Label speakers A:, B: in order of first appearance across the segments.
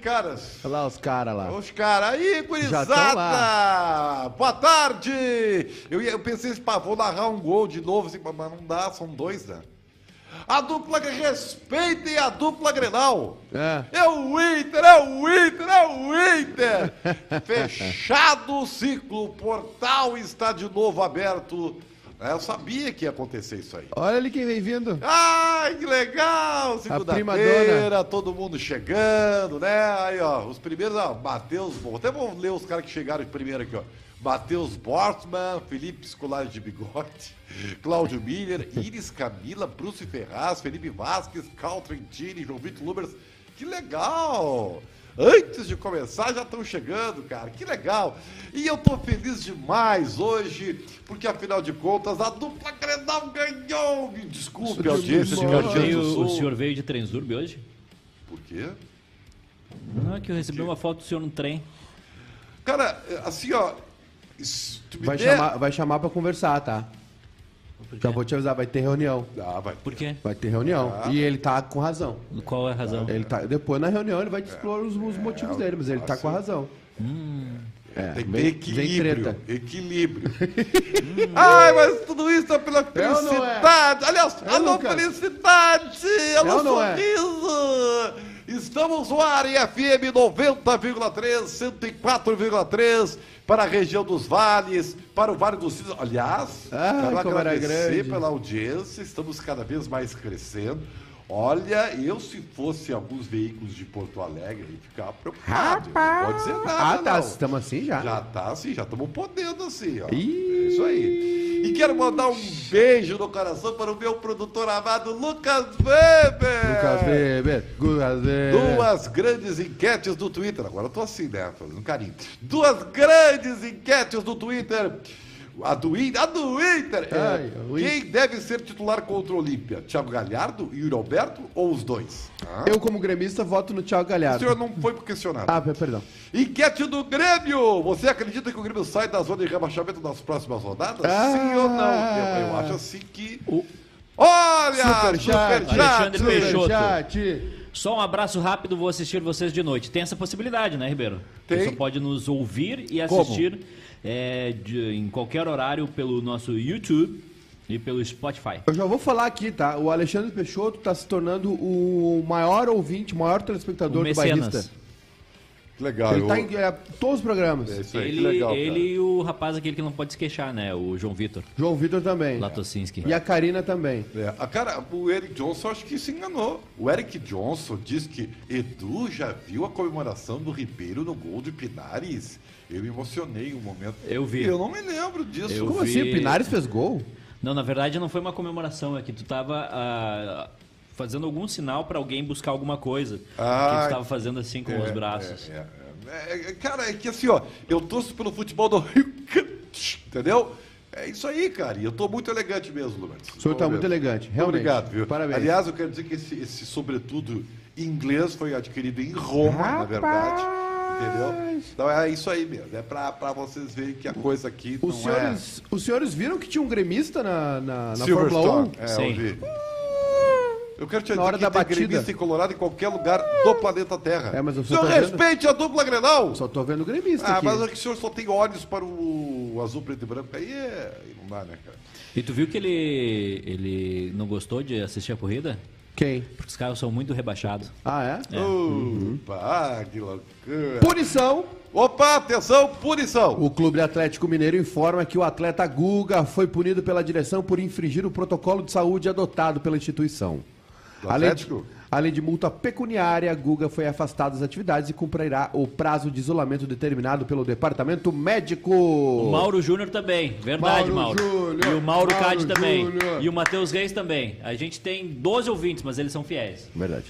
A: caras.
B: Olha lá os caras lá.
A: Os caras aí,
B: tão
A: gurizada! Boa tarde! Eu, ia- eu pensei, assim, pá, vou narrar um gol de novo, assim, mas não dá, são dois, né? A dupla que respeitem a dupla Grenal.
B: É.
A: É o Inter, é o Inter, é o Inter! Fechado o ciclo, o portal está de novo aberto. É, Eu sabia que ia acontecer isso aí.
B: Olha ali quem vem vindo.
A: Ai, que legal!
B: prima
A: Segunda-feira, todo mundo chegando, né? Aí, ó, os primeiros, ó, Matheus, Bo- até vou ler os caras que chegaram de primeiro aqui, ó. Matheus Bortman, Felipe Scolari de Bigode, Cláudio Miller, Iris Camila, Bruce Ferraz, Felipe Vasquez, Cal Trentini, João Vitor Lubers. Que legal! Antes de começar, já estão chegando, cara. Que legal! E eu tô feliz demais hoje, porque afinal de contas, a dupla Grenal ganhou! Me desculpe, audiência
C: O
A: de
C: senhor,
A: Caxias
C: veio,
A: É do Sul.
C: o senhor veio de Trenzurbe hoje?
A: Por quê?
C: Não, é que eu recebi uma foto do senhor no trem.
A: Cara, assim, ó. se tu me
B: Vai
A: der-
B: chamar, vai chamar pra conversar, tá?
C: Por
B: Já
C: quê?
B: vou te avisar, vai ter reunião.
A: Ah, vai.
C: Por quê?
B: Vai ter reunião. E ele tá com razão.
C: Qual é a razão?
B: Ele tá, depois na reunião ele vai te explorar os, os motivos dele, mas ele tá com a razão. É,
A: Tem que ter
B: vem, vem
A: equilíbrio.
B: treta.
A: Equilíbrio. Hum. Ai, mas tudo isso é pela
B: É ou não é?
A: felicidade. Aliás,
B: É,
A: alô,
B: Lucas?
A: felicidade! Alô,
B: ou não é?
A: sorriso! Estamos no ar em FM 90,3, 104,3 para a região dos vales, para o Vale dos Sinos. Aliás,
B: Ai,
A: quero
B: como era
A: agradecer
B: grande.
A: pela audiência, estamos cada vez mais crescendo. Olha, eu se fosse alguns veículos de Porto Alegre, eu ficava preocupado. Não pode dizer nada.
B: Ah, tá.
A: não.
B: Estamos assim já?
A: Já tá assim, já estamos podendo assim, ó.
B: Ih.
A: É isso aí. E quero mandar um beijo no coração para o meu produtor amado Lucas Weber.
B: Lucas Weber, Lucas Weber.
A: Duas grandes enquetes do Twitter. Agora eu tô assim, né? Fazendo um carinho. Duas grandes enquetes do Twitter. A do Inter. A do Inter! é,
B: Ai, o
A: quem deve ser titular contra o Olímpia? Thiago Galhardo, Yuri Alberto ou os dois? Ah,
B: Eu, como gremista, voto no Thiago
A: O senhor
B: Galhardo.
A: não foi questionado.
B: Ah, per- perdão.
A: Enquete do Grêmio! Você acredita que o Grêmio sai da zona de rebaixamento nas próximas rodadas?
B: Ah.
A: Sim ou não? Eu, eu acho assim que. Olha!
B: Superchat.
A: Superchat!
C: Alexandre Peixoto.
B: Superchat.
C: Só um abraço rápido, vou assistir vocês de noite. Tem essa possibilidade, né, Ribeiro?
A: Tem.
C: Você pode nos ouvir e
A: Como?
C: assistir é, de- em qualquer horário pelo nosso YouTube e pelo Spotify.
B: Eu já vou falar aqui, tá? O Alexandre Peixoto tá se tornando o maior ouvinte, o maior
C: O
B: telespectador do
C: Mecenas.
B: Bairrista.
A: Que legal,
B: Ele tá
A: eu-
B: em é, todos os programas.
A: É isso aí,
C: Ele,
A: que legal. cara.
C: ele e o rapaz aquele que não pode se queixar, né? O João Vitor
B: João Vitor também.
C: Latocinski.
B: E a Karina também.
A: É, a cara, o Eric Johnson acho que se enganou. O Eric Johnson diz que Edu já viu a comemoração do Ribeiro no gol de Pinares. Eu me emocionei um momento.
C: Eu vi.
A: Eu não me lembro disso.
C: Eu
B: Como
C: vi.
B: assim? O Pinares fez gol?
C: Não, na verdade não foi uma comemoração, é que tu tava ah, fazendo algum sinal pra alguém buscar alguma coisa.
A: Ah,
C: que tu tava fazendo assim com os braços.
A: É, é, é, cara, é que assim, ó, eu torço pelo futebol do Rio Grande, entendeu? É isso aí, cara. E eu tô muito elegante mesmo, Luberto.
B: O senhor tá muito elegante, realmente.
A: Obrigado, viu?
B: Parabéns.
A: Aliás, eu quero dizer que esse, esse sobretudo inglês foi adquirido em Roma, na verdade. Entendeu? Então é isso aí mesmo. É pra, pra vocês verem que a coisa aqui não
B: Os senhores, os senhores viram que tinha um gremista na, na,
A: é.
B: na
A: Silver
B: Fórmula 1?
A: Stock. É,
C: Sim.
A: eu vi. Eu quero te dizer
B: hora
A: que
B: da
A: tem
B: batida.
A: gremista em Colorado em qualquer lugar do planeta Terra.
B: É, mas eu só
A: Senhor,
B: tô vendo-
A: respeite a dupla Grenal!
B: Só tô vendo gremista
A: Ah,
B: aqui.
A: mas é que o senhor só tem olhos para o azul, preto e branco. Aí, é... aí não dá, né, cara?
C: E tu viu que ele, ele não gostou de assistir a corrida?
B: Quem?
C: Porque os caras são muito rebaixados.
B: Ah, é?
A: Opa, que loucura.
B: Punição.
A: Opa, atenção, punição.
B: O Clube Atlético Mineiro informa que o atleta Guga foi punido pela direção por infringir o protocolo de saúde adotado pela instituição.
A: Do
B: Além de,
A: Atlético?
B: além de multa pecuniária, Guga foi afastado das atividades e cumprirá o prazo de isolamento determinado pelo departamento
C: O
B: médico.
C: Mauro Júnior também, verdade,
B: Mauro
C: Mauro.
B: Júnior,
C: e o Mauro,
B: Mauro
C: Cade também.
B: Júnior.
C: E o Matheus Reis também. A gente tem 12 ouvintes, mas eles são fiéis.
B: Verdade.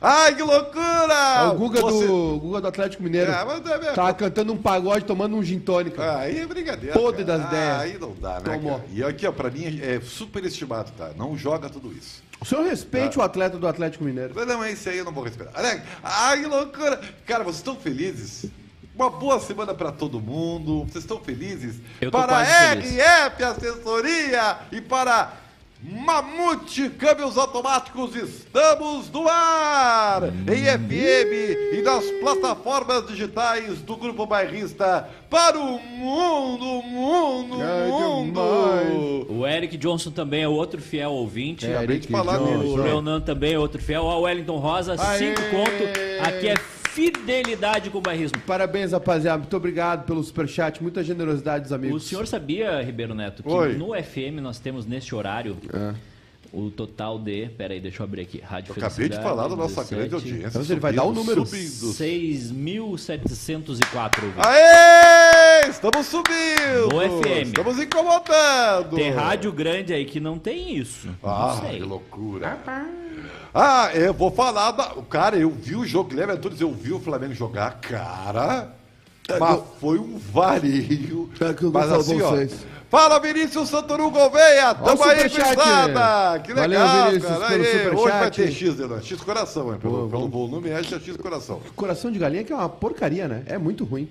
A: Ai, que loucura.
B: É o Guga,
A: Ah, Você-
B: do, o Guga do Atlético Mineiro.
A: É, mas é mesmo.
B: Tava cantando um pagode, tomando um gin tônica.
A: Aí é brincadeira.
B: Podre
A: cara.
B: das ideias.
A: Ah, Aí não dá, né,
B: Tomou.
A: cara? E aqui, ó, pra mim é superestimado, tá? Não joga tudo isso.
B: O senhor
A: É.
B: respeite o atleta do Atlético Mineiro.
A: Mas não, é isso aí, eu não vou respirar. Olha, Ai, que loucura! Cara, vocês estão felizes? Uma boa semana para todo mundo. Vocês estão felizes?
C: Eu tô
A: para
C: quase
A: a
C: feliz.
A: RF Assessoria e para Mamute Câmbios Automáticos, estamos no ar! Em FM e nas plataformas digitais do Grupo Bairrista para o mundo, mundo,
B: É
A: mundo!
C: O Eric Johnson também é outro fiel ouvinte.
A: É, acabei de falar
C: O
A: dele.
C: Leonan também é outro fiel. Ó, o Wellington Rosa,
B: Aê!
C: cinco conto. Aqui é fidelidade com o bairrismo.
B: Parabéns, rapaziada. Muito obrigado pelo superchat. Muita generosidade dos
C: O
B: amigos.
C: senhor sabia, Ribeiro Neto, que
A: Oi. É.
C: no FM nós temos neste horário o total de. Peraí, deixa eu abrir aqui. Rádio
A: Eu acabei de
C: Felicidade,
A: falar da nossa
C: 17,
A: grande audiência.
B: Então ele vai dar o número.
A: Subindo.
C: 6.704. ouvintes.
A: Aê! Estamos subindo!
C: No FM.
A: Estamos incomodando!
C: Tem rádio grande aí que não tem isso.
A: Ah,
C: não sei.
A: que loucura. Ah, eu vou falar da... Cara, eu vi o jogo, Guilherme Antunes, eu vi o Flamengo jogar, cara. Mas foi um vareio.
B: Tá É que eu vou
A: mas
B: falar
A: assim,
B: pra
A: ó.
B: vocês.
A: Fala, Vinícius Santoro Gouveia! Tamo aí,
B: superchat. né?
A: pesada! Que
B: Valeu,
A: legal,
B: Vinícius,
A: cara.
B: pelo
A: Aê, hoje
B: superchat.
A: vai ter X, Dedan. X coração, é. Pelo, pelo volume, é X coração.
B: Coração de galinha que é uma porcaria, né? É muito ruim.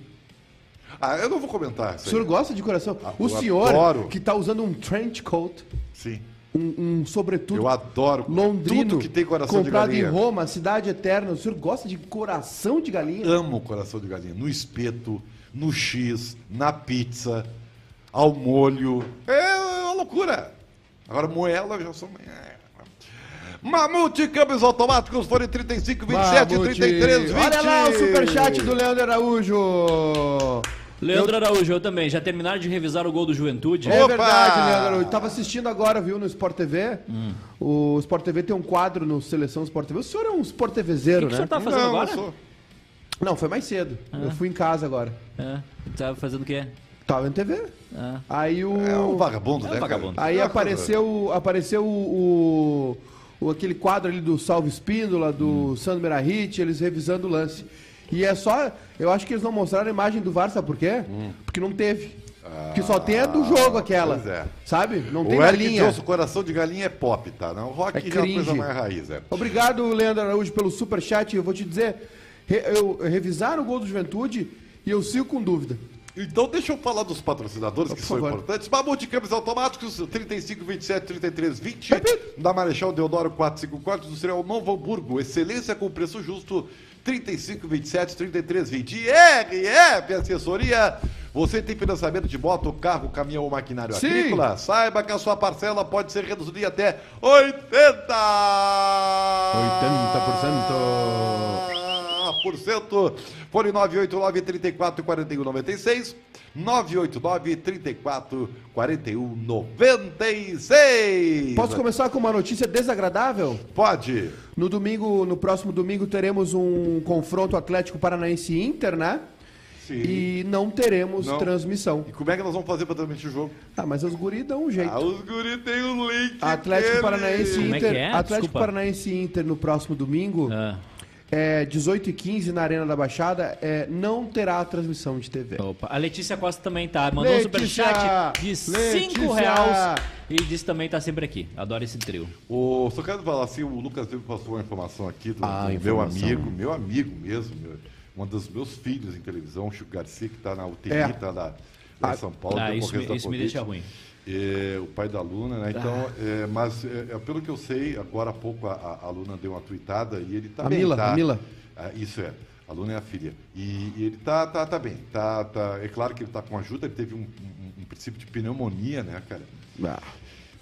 A: Ah, eu não vou comentar
B: O
A: isso aí.
B: senhor gosta de coração? o
A: Ah, eu
B: senhor
A: adoro.
B: que tá usando um trench coat,
A: Sim.
B: um, um sobretudo
A: Eu adoro
B: londrino,
A: tudo que tem coração de
B: comprado
A: galinha.
B: em Roma, cidade eterna. O senhor gosta de coração de galinha?
A: amo coração de galinha. No espeto, no X, na pizza, ao molho. É uma loucura. Agora moela eu já sou. é. Mamute câmbios automáticos, fone 35, 27,
B: Mamute.
A: 33, 20.
B: Olha lá o superchat do Leandro Araújo.
C: Leandro Araújo, eu também. Já terminaram de revisar o gol do Juventude?
B: É
A: Opa!
B: verdade, Leandro Araújo. Tava assistindo agora, viu, no Sport TV.
C: Hum.
B: O Sport TV tem um quadro no Seleção Sport TV. O senhor é um Sport TVzeiro,
C: O que que o
B: né?
C: senhor Ah. tá fazendo
A: Não,
C: agora?
A: eu sou.
B: Não, foi mais cedo. Eu fui em casa agora.
C: É, tava fazendo o quê?
B: Tava em TV.
C: Ah.
B: Aí o.
A: É um vagabundo,
C: É um
A: né? cara?
C: vagabundo.
B: Aí
A: É uma
B: apareceu, apareceu o, o- o- aquele quadro ali do Salve Espíndola, do
A: Hum.
B: Sandro Merahit, eles revisando o lance. E é só. Eu acho que eles não mostraram a imagem do VAR, sabe por quê? Porque não teve. Porque só tem a do jogo aquela.
A: Hum. Ah, pois é.
B: Sabe? Não tem
A: O
B: na
A: Eric
B: linha.
A: Johnson, coração de galinha é pop, tá? Não, rock
B: um É
A: já é uma coisa
B: cringe.
A: mais raiz, é.
B: Obrigado, Leandro Araújo, pelo superchat. Eu vou te dizer, re, eu, revisaram o gol do Juventude e eu sigo com dúvida.
A: Então deixa eu falar dos patrocinadores que
B: Por
A: são
B: favor.
A: importantes. Mamute Câmbios Automáticos, 35, 27, 33, 20. Da Marechal Deodoro 454, do Cereal Novo Hamburgo. Excelência com preço justo, 35, 27, 33, 20. E RF Assessoria. Você tem financiamento de moto, carro, caminhão ou maquinário
B: Sim.
A: agrícola? Ah, Saiba que a sua parcela pode ser reduzida em até 80! 30%.
B: 80%.
A: Ah, Fone 989 34 41 96. 989 34 41 96.
B: Posso começar com uma notícia desagradável?
A: Pode.
B: No domingo, no próximo domingo, teremos um confronto Atlético Paranaense e Inter, né?
A: Sim.
B: E não teremos
A: Não.
B: transmissão.
A: E como é que nós vamos fazer para transmitir o jogo?
B: Ah, mas os guris dão um jeito.
A: Ah, os guri tem um link.
B: Atlético
A: dele.
B: Paranaense e
C: Como é
B: Inter.
C: que é?
B: Atlético
C: Desculpa.
B: Paranaense e Inter no próximo domingo,
C: Ah,
B: é, 18 e 15 na Arena da Baixada, é, não terá transmissão de TV.
C: opa. A Letícia Costa também tá. Mandou um
B: Letícia!
C: superchat de 5
B: Letícia!
C: reais. E disse também tá sempre aqui. Adoro esse trio.
A: O, só quero falar assim, o Lucas me passou uma informação aqui do,
B: Ah,
A: do
B: informação.
A: meu amigo, meu amigo mesmo, meu, um dos meus filhos em televisão, o Chico Garcia, que está na UTI,
B: É.
A: está tá lá, lá em São Paulo.
C: Ah, isso me-
A: decorrência da
C: isso me
A: Covid.
C: deixa ruim.
A: É, o pai da Luna, né? Então,
B: Ah.
A: é, mas é, é, pelo que eu sei, agora há pouco a, a, a Luna deu uma tuitada e ele está
B: A
A: bem.
B: Mila,
A: tá?
B: a Mila.
A: Ah, isso é. A Luna é a filha. E, e ele tá, tá, tá bem. Tá, tá, é claro que ele está com ajuda, ele teve um, um- um princípio de pneumonia, né, cara?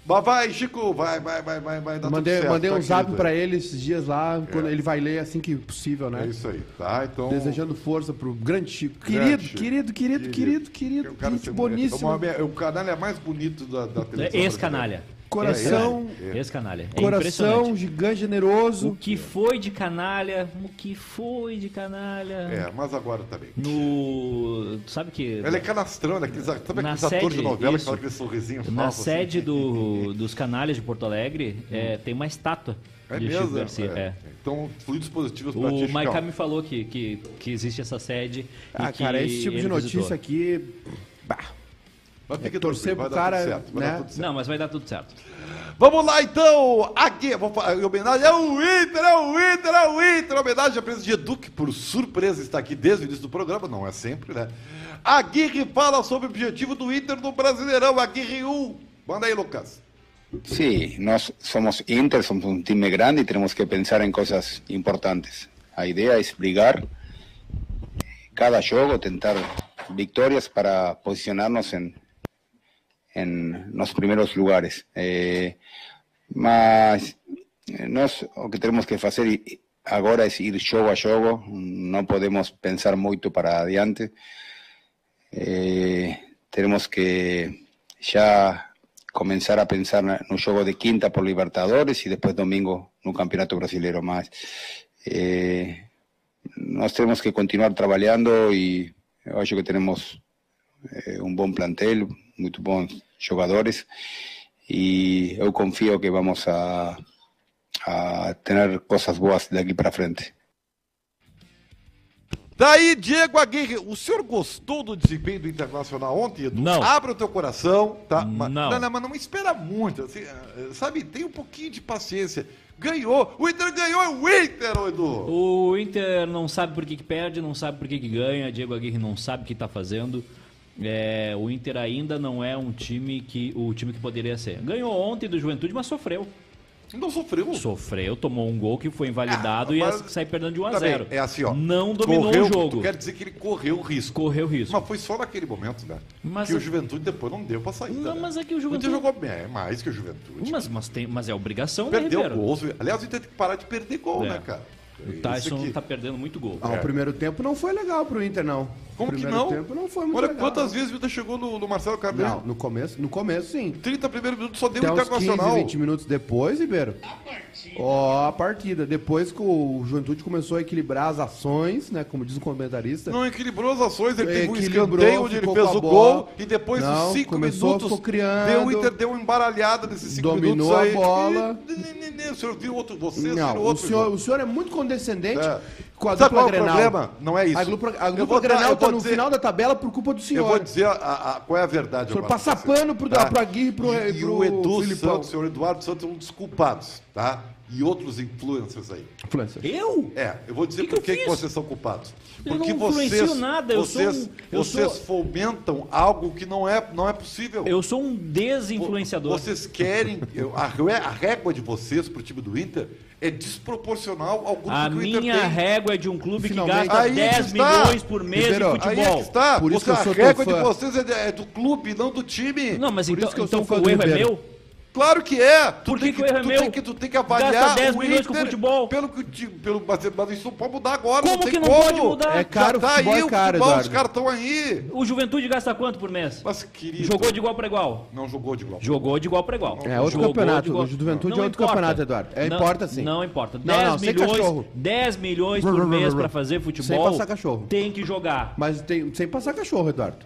A: Mas vai, Chico, vai, vai, vai, vai, vai dar
B: Ah. mandei
A: Tá tudo certo.
B: mandei
A: tá,
B: um zap
A: querido?
B: pra ele esses dias lá, quando ele vai ler assim que possível, né?
A: É isso aí, tá? Então.
B: Desejando força pro grande Chico.
A: Grande
B: Querido,
A: Chico.
B: querido, querido, querido, querido,
A: Eu quero
B: gente
A: ser mulher.
B: boníssima.
A: Então, é O canalha mais bonito da, da televisão.
C: É Ex-canalha.
B: Coração,
A: É.
C: Ex-canalha. É
B: coração
C: impressionante.
B: gigante,
C: O
B: generoso.
C: que foi de canalha? O que foi de canalha?
A: brasileira. É, mas agora tá bem.
C: No. Tu sabe que.
A: Ela é canastrão, né? Aqueles, sabe
C: Na
A: aqueles atores
C: sede,
A: de novela que
C: isso.
A: fazem aquele sorrisinho
C: Na
A: falso, assim?
C: sede do, dos canalhas de Porto Alegre é, tem uma estátua
A: Hum. É
C: de
A: mesmo?
C: Chico Garcia.
A: É.
C: é.
A: Então, fluidos positivos pra
C: O
A: ti,
C: Maiká
A: Chicão.
C: me falou que, que, que existe essa sede. e
B: Ah,
C: que
B: cara, esse tipo de
C: ele
B: notícia
C: visitou.
B: aqui. bah.
A: Mas fica
B: é torcer
A: tranquilo, vai
B: pro
A: dar tudo
B: cara,
A: certo, vai dar
B: né?
A: tudo certo.
C: Não, mas vai dar tudo certo.
A: Vamos lá então, aqui, vou falar, em homenagem ao Inter, ao Inter, ao Inter, homenagem à presença de Edu, que por surpresa está aqui desde o início do programa, não é sempre, né? Aguirre fala sobre o objetivo do Inter no Brasileirão, Aguirre 1, manda um. aí Lucas.
D: Sí, nos somos Inter, somos un time grande y tenemos que pensar en cosas importantes. La idea es brigar cada juego, tentar victorias para posicionarnos en, en los primeros lugares. Eh, mas eh, nós o que temos que fazer i- agora é ir jogo a jogo, não podemos pensar muito para adiante. Eh, temos que já começar a pensar na- no jogo de quinta por Libertadores e depois domingo no Campeonato Brasileiro, mas eh, nós temos que continuar trabalhando e eu acho que temos eh, um bom plantel, muito bons jogadores e eu confio que vamos a, a ter coisas boas daqui para frente.
A: Daí, Diego Aguirre, o senhor gostou do desempenho do Internacional ontem, Edu?
C: Não.
A: Abre o teu coração, tá? Ma-
C: Não.
A: não, mas não espera muito, assim, eh, sabe? Tem um pouquinho de paciência. Ganhou, o Inter ganhou, é o Inter, ô, Edu!
C: O Inter não sabe por que, que perde, não sabe por que, que ganha, Diego Aguirre não sabe o que tá fazendo. É, o Inter ainda não é um time que o time que poderia ser. Ganhou ontem do Juventude, mas sofreu.
A: Não sofreu.
C: Sofreu, tomou um gol que foi invalidado
A: Ah,
C: e
A: mas-
C: as- sai perdendo de 1 a
A: Tá bem,
C: 0.
A: É assim, ó.
C: Não dominou
A: correu,
C: o jogo.
A: Tu quer dizer que ele correu o risco.
C: Correu risco.
A: Mas foi só naquele momento, né?
C: Mas
A: que
C: a-
A: o Juventude depois não deu pra sair.
C: Não,
A: né?
C: mas é que o
A: O Inter
C: Juventude-
A: jogou bem, mais que o Juventude.
C: Mas, mas, tem, mas é obrigação, né,
A: Perdeu
C: Ribeiro?
A: gols. Aliás, o Inter tem que parar de perder gol,
C: É.
A: né, cara?
C: O
A: Isso
C: Tyson
A: que-
C: tá perdendo muito gol.
B: Ah,
A: É.
B: O primeiro tempo não foi legal pro Inter, não.
A: Como
B: o
A: que
B: primeiro
A: não?
B: tempo não foi muito
A: Olha
B: legal. né?
A: quantas vezes o Inter chegou no, no Marcelo Cabelo.
B: Não, no começo, no começo sim.
A: 30 primeiros minutos só deu
B: Até
A: o
B: uns 15,
A: Internacional.
B: 20 minutos depois, Ribeiro. Ó, a partida. Depois que o Juventude começou a equilibrar as ações, né? Como diz o comentarista.
A: Não equilibrou as ações, ele teve um
B: Equilibrou,
A: escanteio onde ele
B: ficou
A: fez
B: com a
A: o
B: bola.
A: gol e depois
B: Não,
A: os 5
B: começou,
A: minutos
B: ficou criando.
A: deu, o Inter deu uma embaralhada nesses 5 minutos.
B: Dominou a bola.
A: E- e- e- e- O senhor viu outro, você
B: Não,
A: viu
B: o
A: é outro.
B: senhor,
A: jogo.
B: o senhor é muito condescendente
A: É.
B: com a
A: Sabe
B: dupla
A: qual é o
B: Grenal.
A: problema? Não é isso.
B: A dupla, a
A: Eu
B: dupla
A: vou dar-
B: Grenal
A: eu
B: tá
A: vou
B: no
A: dizer-
B: final da tabela por culpa do
A: Eu vou
B: senhor.
A: dizer a, a- a- qual é a verdade.
B: O senhor
A: agora pra
B: passa
A: você,
B: pano pro,
A: tá?
B: pro Aguirre e pro,
A: E, e
B: pro
A: o Edu
B: Filipão.
A: Santos, o senhor Eduardo Santos é um dos culpados, tá? E outros influencers aí.
B: Influencer.
C: Eu?
A: É, eu vou dizer
C: Que que
A: por
C: eu
A: que, que
C: fiz?
A: vocês são culpados.
C: Eu
A: Porque
C: não influencio
A: vocês,
C: nada, eu sou
A: vocês,
C: um- eu
A: vocês
C: sou-
A: fomentam algo que não é, não é possível.
C: Eu sou um desinfluenciador.
A: Vocês querem. eu- a, ré- a régua de vocês pro time do Inter é desproporcional ao grupo
C: A
A: que o Inter
C: minha
A: tem.
C: régua é de um clube
B: Finalmente.
C: que gasta
A: Aí
C: 10
A: está.
C: milhões por mês
B: Ribeiro,
C: em
A: Aí é que
C: futebol.
A: está.
B: Por isso que eu
A: Você-
B: sou
A: a
B: teu
A: régua de
B: fã.
A: vocês é, de- é do clube, não do time.
C: Não, mas
B: Por
C: então,
B: isso que eu sou
C: então
B: fã
C: o
B: do
C: erro é
B: Ribeiro.
C: meu?
A: Claro que é. Tu
C: Por que
A: tem
C: que o erro é
A: tu
C: meu?
A: Tem que, tu tem que avaliar
C: Gasta 10
A: o
C: milhões com
A: Inter
C: futebol.
A: Pelo que o time- pelo, mas, mas isso não pode mudar agora.
C: Como
A: tem
C: que não
A: como.
C: pode mudar?
B: É caro,
A: Já tá
B: futebol
A: aí
B: é
A: o
B: caro,
A: futebol, os
B: Eduardo.
A: caras estão aí.
C: O Juventude gasta quanto por mês?
A: Mas, querido...
C: Jogou de igual para igual.
A: Não jogou de igual.
C: Jogou de igual para igual.
B: É outro
C: Jogou
B: campeonato.
C: de igual-
B: O Juventude
C: Não
B: é outro
C: importa.
B: campeonato, Eduardo. É,
C: Não-
B: importa sim.
C: Não importa.
B: Não,
C: 10
B: não, sem
C: milhões,
B: cachorro.
C: 10 milhões
B: Brr,
C: por
B: brr, brr,
C: mês
B: brr.
C: para fazer futebol.
B: passar cachorro.
C: Tem que jogar.
B: Mas tem, sem passar cachorro, Eduardo.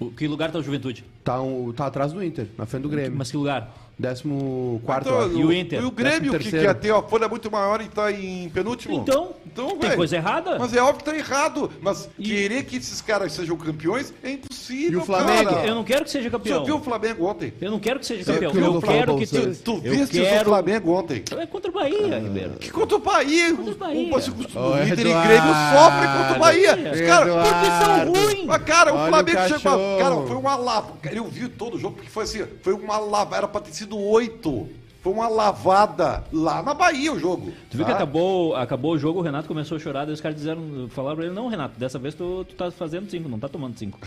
C: O- Que lugar tá o Juventude?
B: Tá, um- tá atrás do Inter, na frente do Grêmio.
C: Mas que lugar?
B: Décimo quarto.
A: Então,
B: ó.
C: E o Inter?
A: E o Grêmio, que, que
B: Décimo terceiro.
A: tem uma folha muito maior e tá em penúltimo?
C: Então,
A: então
C: tem
A: velho,
C: coisa errada?
A: Mas é óbvio que tá errado. Mas
C: E-
A: querer que esses caras sejam campeões é impossível.
B: E o Flamengo?
A: Cara.
C: Eu não quero que
A: Você
C: seja
A: viu o
C: campeão.
A: Flamengo ontem?
C: Eu não quero que seja
B: Você
C: campeão.
B: viu
C: Eu
B: o Flamengo
C: quero que
B: Bolsonaro?
C: tu.
A: Tu
C: eu
A: viste
C: quero-
A: o Flamengo ontem?
C: É contra o Bahia,
B: Ah.
C: Ribeiro.
A: Que contra o Bahia.
C: Contra o
A: O,
C: Bahia.
A: o, o, o,
B: Ô,
A: líder e
B: Eduardo.
A: Grêmio sofre contra o Bahia. Os
B: Eduardo.
A: caras.
C: Porque são ruins.
A: Mas, cara, o
B: Olha
A: Flamengo
B: o
A: chegou. a-
B: cachorro.
A: Cara, foi uma lava. Cara, Eu vi todo o jogo porque foi assim: foi uma lava. Era pra ter sido oito. Foi uma lavada lá na Bahia o jogo.
C: Tu viu
A: tá?
B: Ah.
C: que acabou, acabou o jogo, o Renato começou a chorar, daí os caras disseram, falaram pra ele, não, Renato, dessa vez tu, tu tá fazendo cinco, não tá tomando cinco.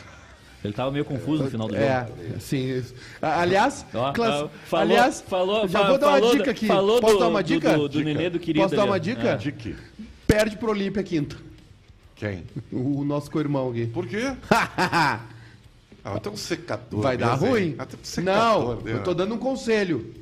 C: Ele tava meio confuso no final do jogo.
B: É, sim. isso. A- Aliás,
C: Ó,
B: class-
C: ó, falou-
B: aliás,
C: falou-
B: já
C: fa-
B: vou dar uma
C: falou
B: dica
C: do-
B: aqui.
C: falou
B: Posso
C: do-
B: dar uma
C: do-
B: dica?
C: do- do Nenê, do querido
B: Posso dar
C: ali,
B: uma
C: ó.
B: dica?
C: É.
A: De que?
B: Perde pro Olímpia quinto.
A: Quem?
B: O nosso co-irmão aqui.
A: Por quê? Ah, até um secador.
B: Vai dar
A: mesmo, hein?
B: ruim?
A: Até um
B: Não,
A: secador. né? É.
B: eu tô dando um conselho.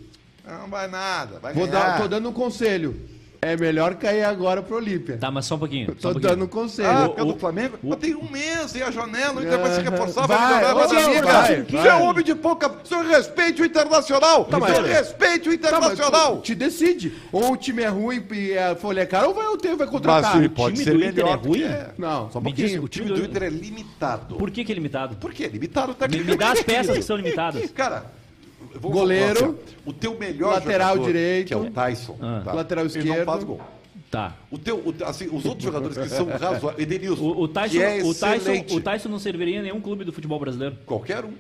A: Ah, Não vai nada. Vai
B: Vou
A: ganhar.
B: dar, tô dando um conselho. É melhor cair agora pro Olímpia.
C: Tá, mas só um pouquinho. Só
B: Tô
C: um pouquinho.
B: dando um conselho.
A: Ah,
C: O-
A: por causa do
C: o-
A: Flamengo?
C: o-
A: Mas tem um mês e a janela ainda vai se
B: Aham.
A: reforçar,
B: Vai,
A: melhorar,
B: ô,
A: dar
B: Diego,
A: certo.
B: vai,
A: Você
B: vai.
A: é um homem de pouca. O senhor respeite o internacional!
B: Tá,
A: o senhor
B: mas-
A: respeite o
B: Tá, mas
A: internacional!
B: tu- Te decide. Ou o time é ruim e a folha é cara, ou vai o tempo vai
A: Mas
B: contratar.
A: ele
C: o
A: pode
C: time
A: ser
C: do Inter
A: melhor.
C: é ruim?
A: que é.
B: Não, só um
C: Me diz,
B: pouquinho.
C: o
A: O time do Inter é limitado.
C: Por que que é limitado?
A: Por quê? Limitado
C: Me,
A: técnico.
C: me dá as peças que são limitadas.
A: Cara, eu vou-
B: Goleiro,
A: vou falar assim, ó. o teu melhor
B: lateral
A: jogador,
B: direito,
A: que é o Tyson,
C: Ah.
B: lateral
A: Ele não
B: esquerdo.
A: faz gol.
C: Tá.
A: O teu, o- assim, os outros jogadores que são razoáveis, Edenilson,
C: O, o Tyson,
A: que é
C: o, Tyson,
A: excelente.
C: o Tyson não serviria em nenhum clube do futebol brasileiro.
A: qualquer um.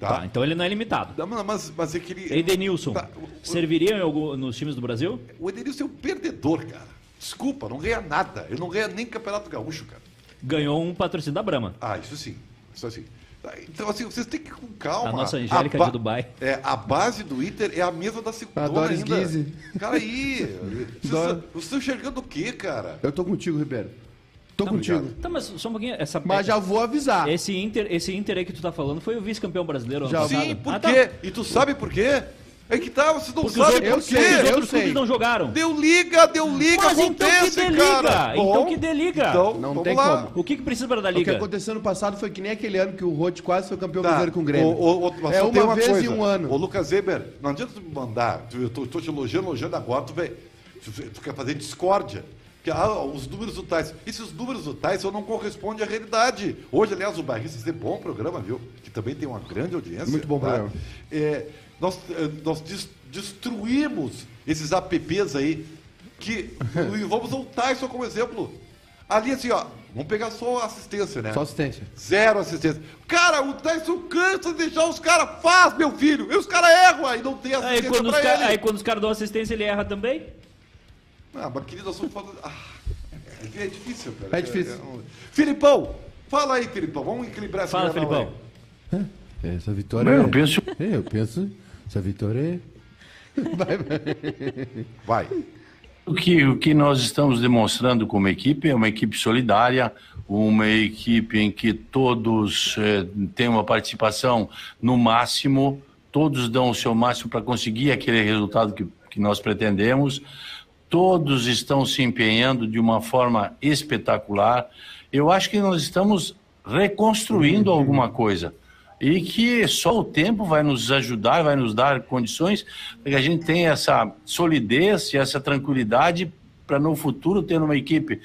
A: Tá.
C: Tá, então ele não é limitado.
A: Não, mas- mas, mas é que ele.
C: Edenilson,
A: Tá, o- o-
C: serviria em algum- nos times do Brasil?
A: O Edenilson é um perdedor, cara. Desculpa, não ganha nada. Ele não ganha nem Campeonato Gaúcho, cara.
C: Ganhou um patrocínio da Brahma.
A: Ah, isso sim. Isso assim. Tá, Então, assim, vocês têm que ir com calma.
C: A nossa Angélica
A: ba-
C: de Dubai.
A: É, a base do Inter é a mesma da segunda
B: A Doris
A: ainda.
B: Guise.
A: Cara, aí. Vocês
B: Dor-
A: vocês estão enxergando o quê, cara?
B: Eu tô contigo, Ribeiro. Tô
C: Tá,
B: contigo.
A: obrigado.
C: Tá, mas só um pouquinho. Essa,
B: Mas já vou avisar.
C: esse, Inter, esse Inter aí que tu tá falando foi o vice-campeão brasileiro. ano
B: Já-
C: passado.
A: Sim, por
C: Ah, tá.
A: quê? E tu sabe por quê? É que tá, vocês não
C: Porque os
A: sabem
C: outros,
A: por
B: eu sei,
A: quê.
C: os outros
B: sei.
C: clubes não jogaram.
A: Deu liga, deu liga,
C: Mas então que
A: acontece,
C: dê
A: cara.
C: liga, então que dê liga.
A: Então,
B: Não
A: vamos
B: tem
A: lá.
B: como.
C: O que, que precisa para dar
B: O que
C: é liga?
B: aconteceu no passado foi que nem aquele ano que o Rote quase foi campeão
A: Tá.
B: brasileiro com o Grêmio.
A: O- o- mas
B: é
A: só
B: uma,
A: tem
B: vez
A: coisa.
B: em um ano.
A: Ô, Lucas Eber, não adianta tu me mandar. tu- Eu tô, tô te elogiando, elogiando agora, tu, vem, tu, tu quer fazer discórdia. Porque ah, os números do Tyson. E se os números do Tyson não correspondem à realidade? Hoje, aliás, o Barristas é bom programa, viu? Que também tem uma grande audiência.
B: Muito bom programa.
A: É, nós eh, nós des- destruímos esses apps aí. Que, e vamos usar o Tyson como exemplo. Ali, assim, ó, vamos pegar só a assistência, né?
B: Só assistência.
A: Zero assistência. Cara, o Tyson cansa de deixar os caras. Faz, meu filho. E os caras erram aí, não tem
C: Aí
A: assistência
C: quando, os
A: pra
C: ca-
A: ele.
C: aí quando os caras dão assistência, ele erra também?
A: Ah, mas querido, eu sou foda. Ah, é que é difícil, cara.
B: É difícil.
A: um- Filipão, fala aí, Filipão. Vamos equilibrar essa
C: Fala,
A: granal
C: Felipão.
A: aí.
B: Essa vitória.
E: Bem, eu penso-
B: É, eu penso. Essa vitória é. Vai, vai.
A: Vai.
E: O que, o que nós estamos demonstrando como equipe é uma equipe solidária, uma equipe em que todos eh, têm uma participação no máximo, todos dão o seu máximo para conseguir aquele resultado que, que nós pretendemos, todos estão se empenhando de uma forma espetacular. Eu acho que nós estamos reconstruindo alguma coisa e que só o tempo vai nos ajudar, vai nos dar condições para que a gente tenha essa solidez e essa tranquilidade para no futuro ter uma equipe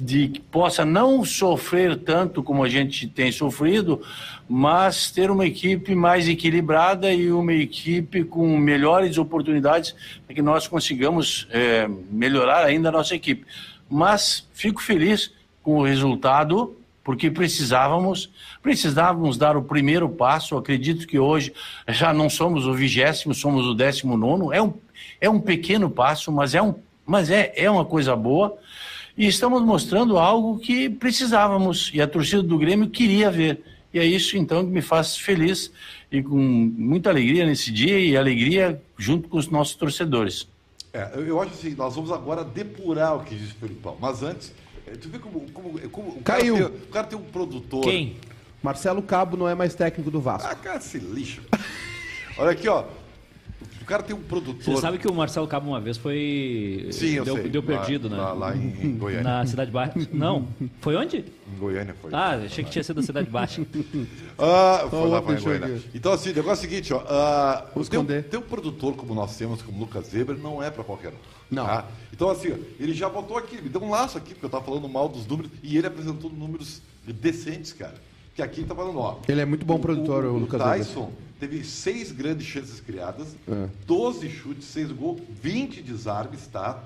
E: de que possa não sofrer tanto como a gente tem sofrido, mas ter uma equipe mais equilibrada e uma equipe com melhores oportunidades para que nós consigamos eh, melhorar ainda a nossa equipe. Mas fico feliz com o resultado porque precisávamos, precisávamos dar o primeiro passo. Acredito que hoje já não somos o vigésimo, somos o décimo nono. É um, é um pequeno passo, mas é, um, mas é, é uma coisa boa. E estamos mostrando algo que precisávamos e a torcida do Grêmio queria ver. E é isso então que me faz feliz e com muita alegria nesse dia e alegria junto com os nossos torcedores.
A: É, eu, eu acho assim, nós vamos agora depurar o que disse o Felipão. Mas antes, eh, tu vê como, como, como o, cara
B: Caiu.
A: tem, o cara tem um produtor.
C: Quem?
B: Marcelo Cabo não é mais técnico do Vasco.
A: Ah, cara, esse lixo. Olha aqui, ó. O cara tem um produtor.
C: Você sabe que o Marcelo Cabo uma vez foi.
A: Sim, eu
C: deu,
A: sei.
C: deu
A: Lá-
C: perdido, né?
A: Lá, lá em, em Goiânia.
C: Na Cidade Baixa. Não. Foi onde?
A: Em Goiânia foi.
C: Ah, achei que tinha sido a Cidade Baixa.
A: Ah, foi
B: Ó,
A: lá
B: outro
A: foi em
B: chega.
A: Goiânia. Então, assim, o negócio é o seguinte, ó. ah,
B: Vou
A: ter, um,
B: esconder.
A: ter um produtor como nós temos, como o Lucas Zebra, não é pra qualquer um.
B: Não.
A: tá? Então, assim, ó, ele já botou aqui, me deu um laço aqui, porque eu tava falando mal dos números, e ele apresentou números decentes, cara. Que aqui ele tá falando, ó.
B: Ele é muito bom produtor, o Lucas Weber.
A: Tyson teve seis grandes chances criadas,
B: É.
A: 12 chutes, 6 gols, 20 desarmes, tá?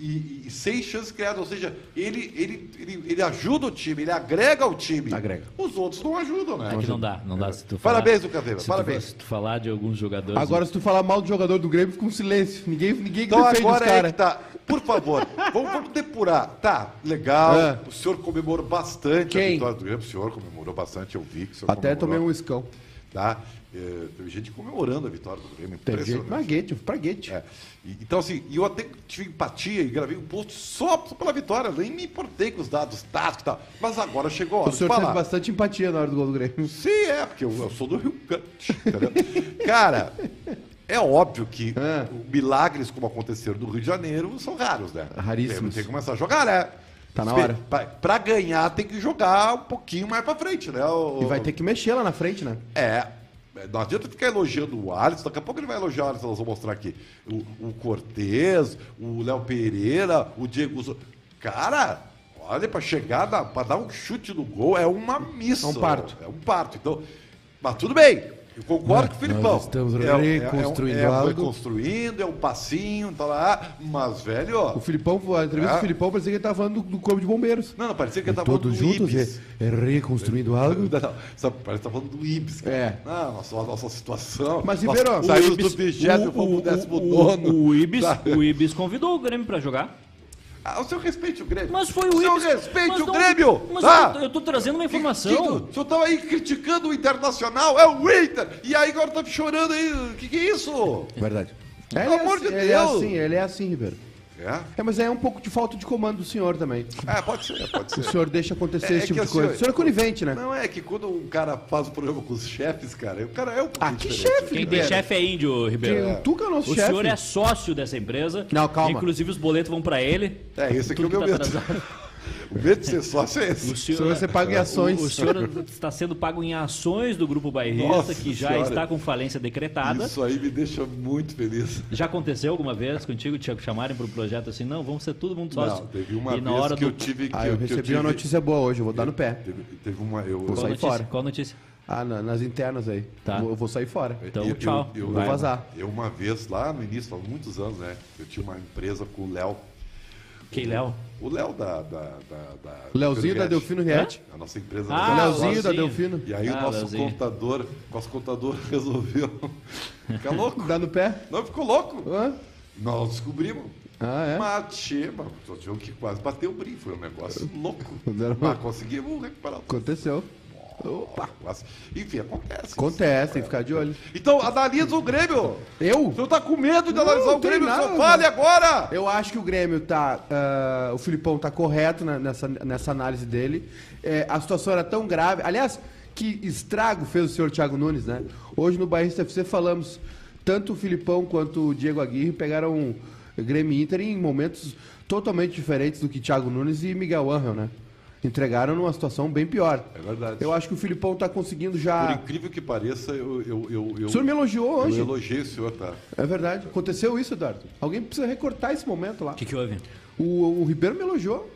A: E, e seis chances criadas, ou seja, ele, ele, ele, ele ajuda o time, ele agrega o time.
B: Agrega.
A: Os outros não ajudam, né?
C: É que não dá, não dá. Se tu falar,
A: Parabéns, Lucas Weber,
C: se tu-
A: parabéns.
C: se tu falar de alguns jogadores.
B: Agora, se tu falar mal do jogador do Grêmio, fica um silêncio. Ninguém, ninguém
A: Então
B: defende os
A: agora é
B: caras.
A: que tá. Por favor, vamos, vamos depurar. Tá, legal.
B: É.
A: O senhor comemorou bastante a
B: Quem?
A: vitória do Grêmio. O senhor comemorou bastante, eu vi que o senhor
B: Até tomei
A: comemorou.
B: um escão.
A: Tá? É, teve gente comemorando a vitória do Grêmio.
B: Teve gente.
A: Impressionante.
B: Pra guete, pra guete.
A: É. E- Então, assim, e eu até tive empatia e gravei um post só, só pela vitória. Nem me importei com os dados, táticos e tal. Mas agora chegou a hora
B: O senhor
A: de
B: teve
A: falar.
B: bastante empatia na hora do gol do Grêmio.
A: Sim, é, porque eu, eu sou do Rio Grande. entendeu? Cara, é óbvio que
B: É.
A: milagres como aconteceram no Rio de Janeiro são raros, né?
B: Raríssimos.
A: Tem, tem que começar a jogar, né?
B: Tá na
A: Espe-
B: hora.
A: Pra, pra ganhar tem que jogar um pouquinho mais pra frente, né? O-
B: E vai ter que mexer lá na frente, né?
A: É. é, Não adianta ficar elogiando o Alisson, daqui a pouco ele vai elogiar o Alisson, nós vamos mostrar aqui. O, o Cortez, o Léo Pereira, o Diego. Souza. Cara, olha, pra chegar, na, pra dar um chute no gol é uma missa.
B: É um parto.
A: É um parto. Então, mas tudo bem. Eu concordo com o Filipão.
B: nós estamos
A: É- é- é um-
B: reconstruindo
A: é, um
B: algo.
A: reconstruindo, é um passinho, tá lá. Mas, velho, ó.
B: O Filipão, a entrevista
A: Ah.
B: do Filipão parecia que ele tava falando do, do Corpo de Bombeiros.
A: Não, não, parecia que ele tava falando
B: Todos
A: do
B: juntos,
A: Ibis.
B: é, é reconstruindo algo.
A: Não, não, só parece que tá falando do Ibis, cara.
B: É.
A: Não, nossa, a nossa situação.
B: Mas,
A: Nós
B: Ribeiro,
A: saímos
B: o Ibis-
A: do 20 e fomos pro 19.
C: o, o Ibis,
A: Tá.
C: o Ibis convidou o Grêmio pra jogar.
A: Ah, o senhor respeite o Grêmio.
C: Mas foi o
A: o senhor
C: Ibis.
A: respeite
C: Mas
A: o
C: não-
A: Grêmio.
C: Mas
A: tá?
C: eu, tô, eu tô trazendo uma
A: Tito,
C: informação.
A: o senhor tava aí criticando o Internacional, é o Inter! E aí agora tá chorando aí, o que, que é isso?
B: Verdade.
A: Pelo
B: ele é
A: amor
B: assim,
A: de
B: ele é
A: Deus.
B: assim, ele é assim, Ribeiro.
A: É,
B: É, mas é um pouco de falta de comando do senhor também.
A: pode ser, pode
B: O
A: ser.
B: senhor deixa acontecer
A: É
B: esse
A: que
B: tipo de
A: o
B: coisa.
A: senhor-
B: O senhor é conivente, né?
A: Não é que quando um cara faz o programa com os chefes, cara, o cara é um pouquinho
B: Ah, que
A: diferente.
B: chefe,
C: Quem tem
B: Ribeiro?
C: chefe é índio, Ribeiro.
B: Quem- O Tuca é o nosso
C: O
B: chefe.
C: senhor é sócio dessa empresa.
B: Não, calma.
C: Inclusive os boletos vão pra ele.
A: É, esse aqui é o
C: Tudo
A: meu
C: que
A: medo.
C: tá atrasado.
A: o medo de ser sócio é esse.
B: O senhor vai ser pago em ações.
C: assim. O, o senhor é um está sendo pago em ações do Grupo Bairrista,
A: Nossa
C: que já
A: Senhora.
C: está com falência decretada.
A: Isso aí me deixa muito feliz.
C: Já aconteceu alguma vez contigo, te chamarem para o projeto assim, não, vamos ser todo mundo sócio.
A: Não, teve uma
C: e na
A: vez
C: hora
A: que
C: do...
A: eu tive que
B: Ah, eu
A: que
B: recebi
A: tive-
B: uma notícia boa hoje, eu vou dar no pé.
A: Teve, teve uma. Eu,
B: Vou
C: Qual
B: sair
C: notícia?
B: fora.
C: Qual notícia?
B: Ah, na- nas internas aí.
C: Tá.
B: Vou- Eu vou sair fora.
C: Então,
A: Eu-
C: tchau.
A: Eu, eu,
B: Vou vazar.
A: eu uma vez lá no início, há muitos anos, né? Eu tinha uma empresa com o Léo.
C: Quem, Léo?
A: O Léo da. da, da, da
B: O Leozinho da
A: Fergate.
B: Delfino Riet.
A: A nossa empresa.
C: Ah,
B: O
A: da-
B: Leozinho da
C: Leozinho.
B: Delfino.
A: E aí o
C: Ah,
A: nosso
C: Leozinho.
A: contador, nosso contador resolveu. Fica louco.
B: Dá no pé?
A: Não, ficou louco.
B: Hã?
A: Nós descobrimos.
B: Ah, é?
A: Mas, che, mano, só tinha um que quase bater o brinco. Foi um negócio louco.
B: Fizeram-
A: Mas conseguimos recuperar o
B: Aconteceu. Opa!
A: negócio. Enfim, acontece.
B: Acontece, tem que ficar de olho.
A: Então, analisa o Grêmio.
B: Eu?
A: O senhor tá com medo de
B: Não,
A: analisar o
B: não tem
A: Grêmio, só
B: nada.
A: fale agora!
B: Eu acho que o Grêmio tá. ah, o Filipão tá correto na- nessa, nessa análise dele. É, a situação era tão grave. Aliás, que estrago fez o senhor Thiago Nunes, né? Hoje no Barrista FC falamos. Tanto o Filipão quanto o Diego Aguirre pegaram o Grêmio e Inter em momentos totalmente diferentes do que Thiago Nunes e Miguel Angel, né? Entregaram numa situação bem pior.
A: É verdade.
B: Eu acho que o Filipão tá conseguindo já.
A: Por incrível que pareça, eu. eu, eu, eu
B: O senhor me elogiou
A: eu
B: hoje.
A: elogiei o senhor, tá?
B: É verdade. Aconteceu isso, Eduardo. Alguém precisa recortar esse momento lá.
C: O que, que houve?
B: O, o Ribeiro me elogiou.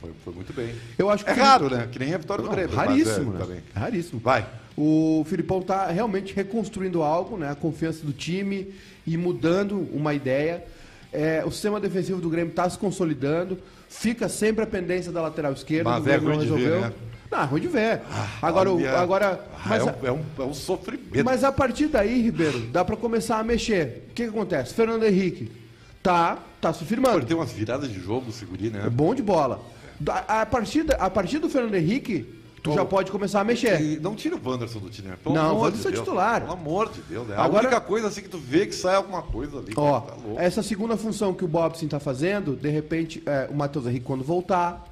A: Foi, foi muito bem.
B: Eu acho que
A: É
B: o Fili-
A: raro, né? Que nem a vitória do
B: Não,
A: Grêmio. mas
B: raríssimo,
A: é,
B: né?
A: também.
B: Raríssimo.
A: Vai.
B: O Filipão tá realmente reconstruindo algo, né? A confiança do time e mudando uma ideia. É, o sistema defensivo do Grêmio está se consolidando. Fica sempre a pendência da lateral esquerda.
A: Mas
B: do
A: é
B: Grêmio
A: ruim de ver, né? Ah,
B: Não, é ruim de ver. Agora, o-
A: Olha,
B: agora
A: ah,
B: mas
A: é,
B: a-
A: um, é, um, é um sofrimento.
B: mas a partir daí, Ribeiro, dá pra começar a mexer. O que, que acontece? Fernando Henrique tá, tá se
A: Pô, ele
B: firmando.
A: tem umas viradas de jogo, seguri, né?
B: É bom de bola. Da- A, partir, da- a partir do Fernando Henrique, tu já pode começar a mexer.
A: E não tira o Wanderson do time, né? Pelo
B: É. Não, o
A: amor
B: Wanderson é
A: Deus.
B: titular.
A: Pelo amor de Deus, né?
B: Agora-
A: A única coisa assim que tu vê que sai alguma coisa ali.
B: Ó,
A: cara, tá louco.
B: essa segunda função que o Bobson tá fazendo, de repente, é, o Matheus Henrique quando voltar,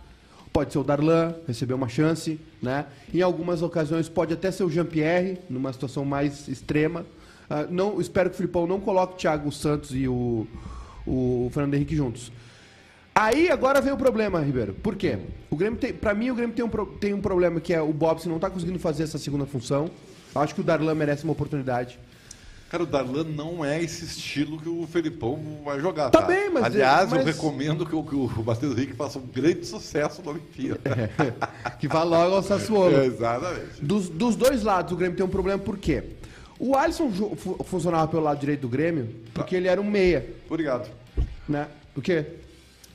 B: pode ser o Darlan, receber uma chance, né? Em algumas ocasiões pode até ser o Jean-Pierre, numa situação mais extrema. Ah, não, espero que o Filipão não coloque o Thiago Santos e o, o Fernando Henrique juntos. Aí agora vem o problema, Ribeiro. Por quê? O Grêmio tem, pra mim, o Grêmio tem um, pro- tem um problema que é o Bobson não tá conseguindo fazer essa segunda função. Acho que o Darlan merece uma oportunidade.
A: Cara, o Darlan não é esse estilo que o Felipão vai jogar.
B: Tá bem, mas-
A: Aliás, eu
B: mas-
A: recomendo que o, que o Matheus Henrique faça um grande sucesso na Olimpíada.
B: É, que vá logo ao Sassuolo.
A: Exatamente.
B: Dos, dos dois lados, o Grêmio tem um problema, por quê? O Alisson jo- fu- funcionava pelo lado direito do Grêmio porque ele era um meia,
A: Obrigado.
B: né? O quê?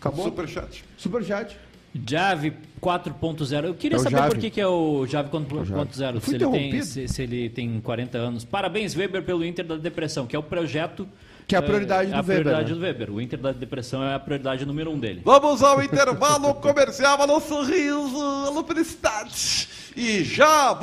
B: Acabou? Super,
A: Superchat.
B: chat.
C: Jave 4.0. Eu queria
B: É o
C: saber
B: Jave.
C: por que, que é o Jave 4.0.
B: Fui
C: Se, ele tem-
B: interrompido.
C: se, se ele tem 40 anos. Parabéns, Weber, pelo Inter da Depressão, que é o projeto.
B: Que é a
C: eh,
B: prioridade do
C: a
B: Weber,
C: prioridade
B: né?
C: do Weber. O Inter da Depressão é a prioridade número um dele.
A: Vamos ao intervalo comercial, alô sorriso, alô felicidade. E já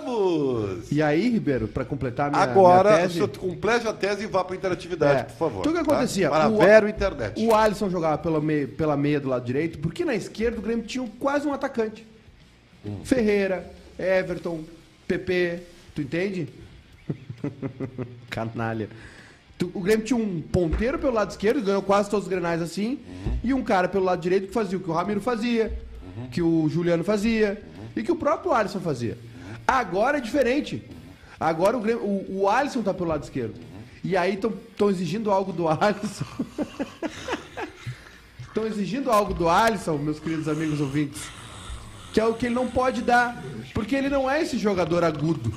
A: voltamos.
B: E aí, Ribeiro, pra completar a minha, minha
A: Agora,
B: tese,
A: se complete a tese e vá para interatividade,
B: É.
A: por favor.
B: Então o que acontecia?
A: Tá? Para
B: O-
A: Vero Internet.
B: o Alisson jogava pela meia, pela meia do lado direito porque na esquerda o Grêmio tinha quase um atacante.
A: Hum.
B: Ferreira, Everton, PP, tu entende? Canalha. Tu- O Grêmio tinha um ponteiro pelo lado esquerdo, ganhou quase todos os grenais assim, e um cara pelo lado direito que fazia o que o Ramiro fazia, que o Juliano fazia e que o próprio Alisson fazia. Agora é diferente. Agora o, Grêmio, o, o Alisson tá pelo lado esquerdo. E aí estão exigindo algo do Alisson. Estão exigindo algo do Alisson, meus queridos amigos ouvintes. Que é o que ele não pode dar. Porque ele não é esse jogador agudo.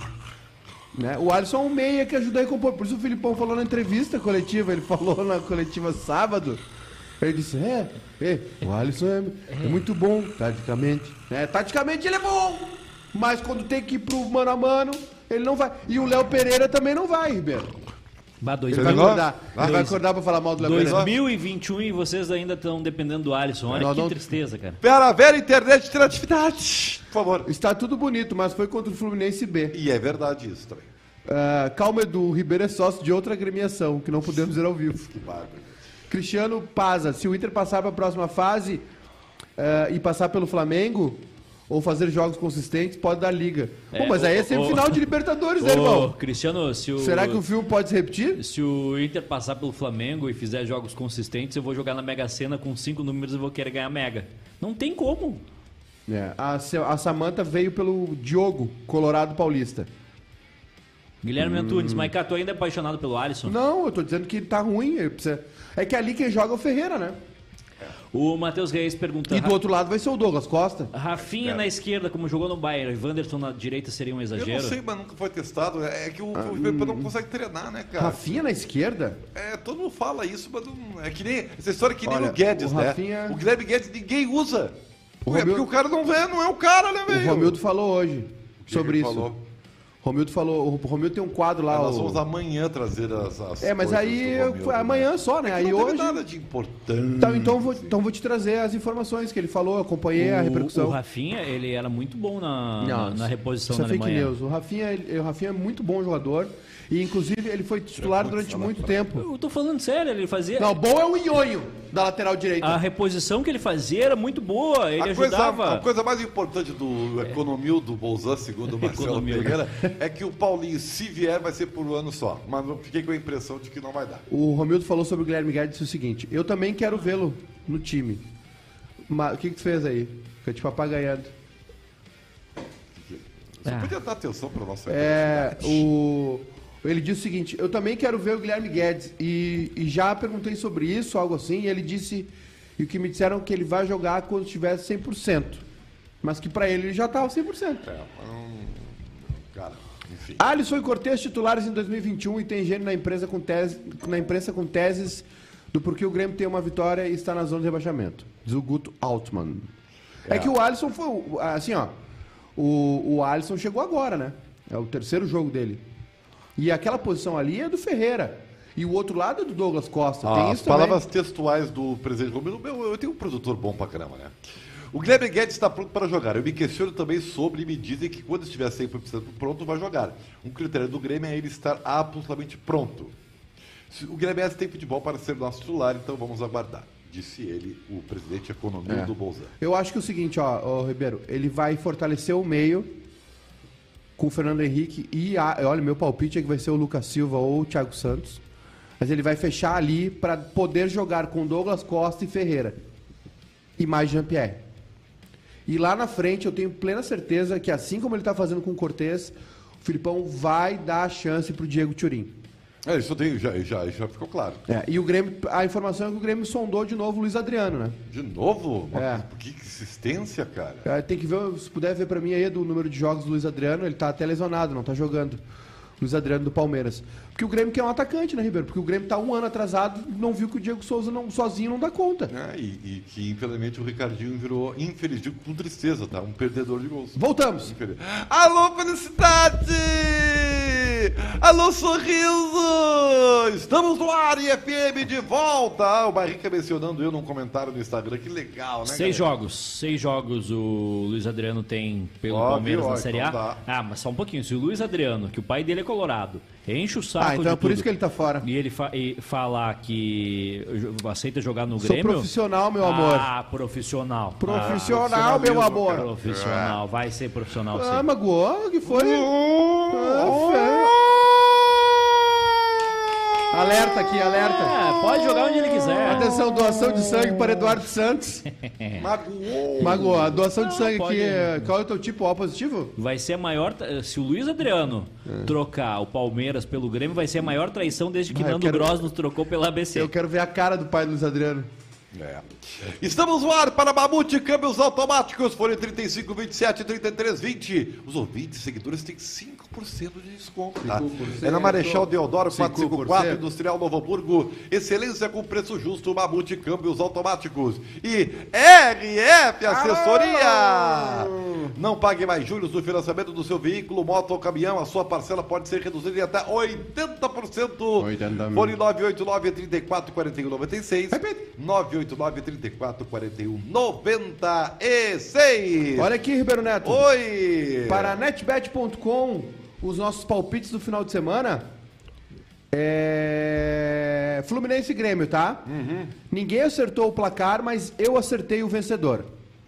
B: Né? O Alisson é um meia que ajuda a recompor. Por isso o Filipão falou na entrevista coletiva, ele falou na coletiva sábado. Ele disse, é, é, o Alisson é, é muito bom, taticamente. né? taticamente ele é bom, mas quando tem que ir pro mano a mano, ele não vai. E o Léo Pereira também não vai, Ribeiro.
C: Bah, dois
B: Ele
A: Você
B: vai
A: ligou?
B: acordar. Ele vai
C: Dois-
B: acordar pra falar mal do Léo Pereira.
C: 2021 e vocês ainda estão dependendo do Alisson. Olha
B: Nós
C: que
B: não-
C: tristeza, cara.
A: Pera, velho, internet de interatividade. Por favor.
B: Está tudo bonito, mas foi contra o Fluminense B.
A: E é verdade isso também.
B: Ah, calma, Edu, o Ribeiro é sócio de outra agremiação, que não podemos dizer ao vivo.
A: Que bárbaro.
B: Cristiano Paza, se o Inter passar para a próxima fase eh, e passar pelo Flamengo, ou fazer jogos consistentes, pode dar liga.
C: É,
B: Pô, mas aí é
C: o-
B: sempre final de Libertadores, né,
C: Ô,
B: irmão?
C: Cristiano, se o,
B: Será que o filme pode se repetir?
C: se o Inter passar pelo Flamengo e fizer jogos consistentes, eu vou jogar na Mega Sena com cinco números e vou querer ganhar Mega. Não tem como.
B: É, a, Sa- a Samanta veio pelo Diogo, Colorado Paulista.
C: Guilherme Antunes, Maiká, tu ainda é apaixonado pelo Alisson?
B: Não, eu tô dizendo que tá ruim. ele precisa- É que ali quem joga é o Ferreira, né?
C: O Matheus Reis pergunta...
B: E do outro lado vai ser o Douglas Costa.
C: Rafinha na esquerda, como jogou no Bayern, e Wanderson na direita seria um
A: Eu
C: exagero?
A: não sei, mas nunca foi testado. É que o,
B: Ah.
A: o Ribeiro não consegue treinar, né, cara?
B: Rafinha na esquerda?
A: É, todo mundo fala isso, mas não, é que nem. Essa história é que nem
B: Olha,
A: o Guedes,
B: o Rafinha-
A: né? O Guilherme Guedes ninguém usa.
B: O
A: Ué, porque
B: Romildo-
A: o cara não vê, não é o cara, né,
B: O
A: velho?
B: Romildo falou hoje
A: que
B: sobre
A: ele
B: isso.
A: falou? "É,
B: Romildo falou, o Romildo tem um quadro lá.
A: Nós
B: o-
A: vamos amanhã trazer as. as
B: É, mas
A: coisas
B: aí
A: do Romildo,
B: foi
A: né?
B: amanhã só, né?
A: É que
B: aí
A: não
B: hoje.
A: teve nada de Hum. importante.
B: Então, então, vou, então vou te trazer as informações que ele falou, eu acompanhei É a
C: O- O
B: repercussão.
C: Rafinha, ele era muito bom na, na, na reposição
B: isso
C: na
B: é fake
C: Alemanha.
B: news. O Rafinha, ele- o Rafinha é muito bom jogador. E inclusive ele foi titular durante muito tempo.
C: Eu tô falando sério, ele fazia...
B: Não, bom é o Nhonho da lateral direita.
C: A reposição que ele fazia era muito boa, ele
A: a coisa,
C: ajudava.
A: a coisa mais importante do economil do Bolzan, segundo o Marcelo
C: Economil.
A: Pereira, é que o Paulinho, se vier, vai ser por um ano só. Mas eu fiquei com a impressão de que não vai dar.
B: O Romildo falou sobre o Guilherme Guedes o seguinte: eu também quero vê-lo no time. Mas o que, que tu fez aí? Fica te papagaiando.
A: Você podia dar atenção para nossa
B: É, o, ele disse o seguinte: eu também quero ver o Guilherme Guedes. E, e já perguntei sobre isso, algo assim, e ele disse. E o que me disseram é que ele vai jogar quando estiver 100%. Mas que pra ele ele já tá estava 100%.
A: É, mas não- Cara, enfim.
B: Alisson e Cortez titulares em 2021 e tem gênio na empresa com tese, na imprensa com teses do porquê o Grêmio tem uma vitória e está na zona de rebaixamento. Diz o Guto Altman. É, que o Alisson foi. o- Assim, ó. O, o Alisson chegou agora, né? É o terceiro jogo dele. E aquela posição ali é do Ferreira. E o outro lado é do Douglas Costa. tem
A: Ah, As
B: isso também.
A: palavras textuais do presidente Romero, eu, eu tenho um produtor bom pra caramba, né? O Guilherme Guedes está pronto para jogar. Eu me questiono também sobre e me dizem que quando estiver 100% pronto, vai jogar. Um critério do Grêmio é ele estar absolutamente pronto. Se- O Guilherme Guedes tem futebol para ser nosso titular, então vamos aguardar. Disse ele, o presidente economia do Bolzano.
B: Eu acho que é o seguinte, ó, ô, Ribeiro, ele vai fortalecer o meio com o Fernando Henrique e a- olha, meu palpite é que vai ser o Lucas Silva ou o Thiago Santos. Mas ele vai fechar ali pra poder jogar com Douglas Costa e Ferreira e mais Jean-Pierre. E lá na frente eu tenho plena certeza que assim como ele tá fazendo com o Cortez, o Filipão vai dar a chance pro Diego Turim.
A: É, isso eu tenho, já, já, já ficou claro.
B: É, e o Grêmio, a informação é que o Grêmio sondou de novo o Luiz Adriano, né?
A: De novo? Uma
B: É.
A: coisa- Que existência, cara.
B: É, Tem que ver, se puder ver pra mim aí do número de jogos do Luiz Adriano, ele tá até lesionado, não tá jogando. Luiz Adriano do Palmeiras. Porque o Grêmio quer um atacante, né, Ribeiro? Porque o Grêmio tá um ano atrasado e não viu que o Diego Souza não, sozinho não dá conta.
A: É, e, e que infelizmente o Ricardinho virou, infeliz, digo com tristeza, tá? Um perdedor de gols.
B: Voltamos!
A: Infeliz. Alô, felicidade! Alô, sorriso! Estamos no ar, IFM, de volta! Ah, o Barrica mencionando eu num comentário no Instagram, que legal, né?
C: Seis
A: galera?
C: jogos, seis jogos o Luiz Adriano tem pelo
A: Ó,
C: Palmeiras
A: viu? Ó,
C: na Série A.
A: então dá.
C: Ah, mas só um pouquinho. Se o Luiz Adriano, que o pai dele é colorado, enche o saco
B: Ah, então
C: de
B: é por
C: tudo,
B: isso que ele tá fora.
C: E ele fa- e falar que jo- aceita jogar no
B: Sou
C: Grêmio...
B: profissional, meu amor.
C: Ah, profissional.
B: Profissional, meu
C: Ah,
B: amor.
C: profissional. Vai ser profissional,
B: Ah,
C: sim.
B: magoou? O que foi? Ah, fé. Alerta aqui, alerta.
C: É, pode jogar onde ele quiser.
B: Atenção, doação de sangue para Eduardo Santos.
A: Magoou!
B: Magoou, a doação de
C: Não,
B: sangue
C: pode-
B: aqui, é- qual é o teu tipo? O positivo?
C: Vai ser a maior. tra- Se o Luiz Adriano
B: É.
C: trocar o Palmeiras pelo Grêmio, vai ser a maior traição desde que
B: Ah, eu
C: Nando
B: quero-
C: Gross nos trocou pela ABC.
B: Eu quero ver a cara do pai do Luiz Adriano.
A: É. Estamos no ar para Mamute Câmbios Automáticos, fone 35, 27, 33, 20. Os ouvintes, seguidores, têm 5% de desconto, tá?
B: 5%.
A: É na Marechal Deodoro 454,
B: 5%.
A: Industrial Novo Hamburgo. Excelência com preço justo, Mamute Câmbios Automáticos. E RF Assessoria! Não pague mais juros no financiamento do seu veículo, moto ou caminhão. A sua parcela pode ser reduzida em até 80%.
B: 80 mil.
A: Fone 989 34 41 96 989 34 41 96
B: Olha aqui, Ribeiro Neto.
A: Oi!
B: Para netbet.com, os nossos palpites do final de semana. É. Fluminense e Grêmio, tá? Ninguém acertou o placar, mas eu acertei o vencedor.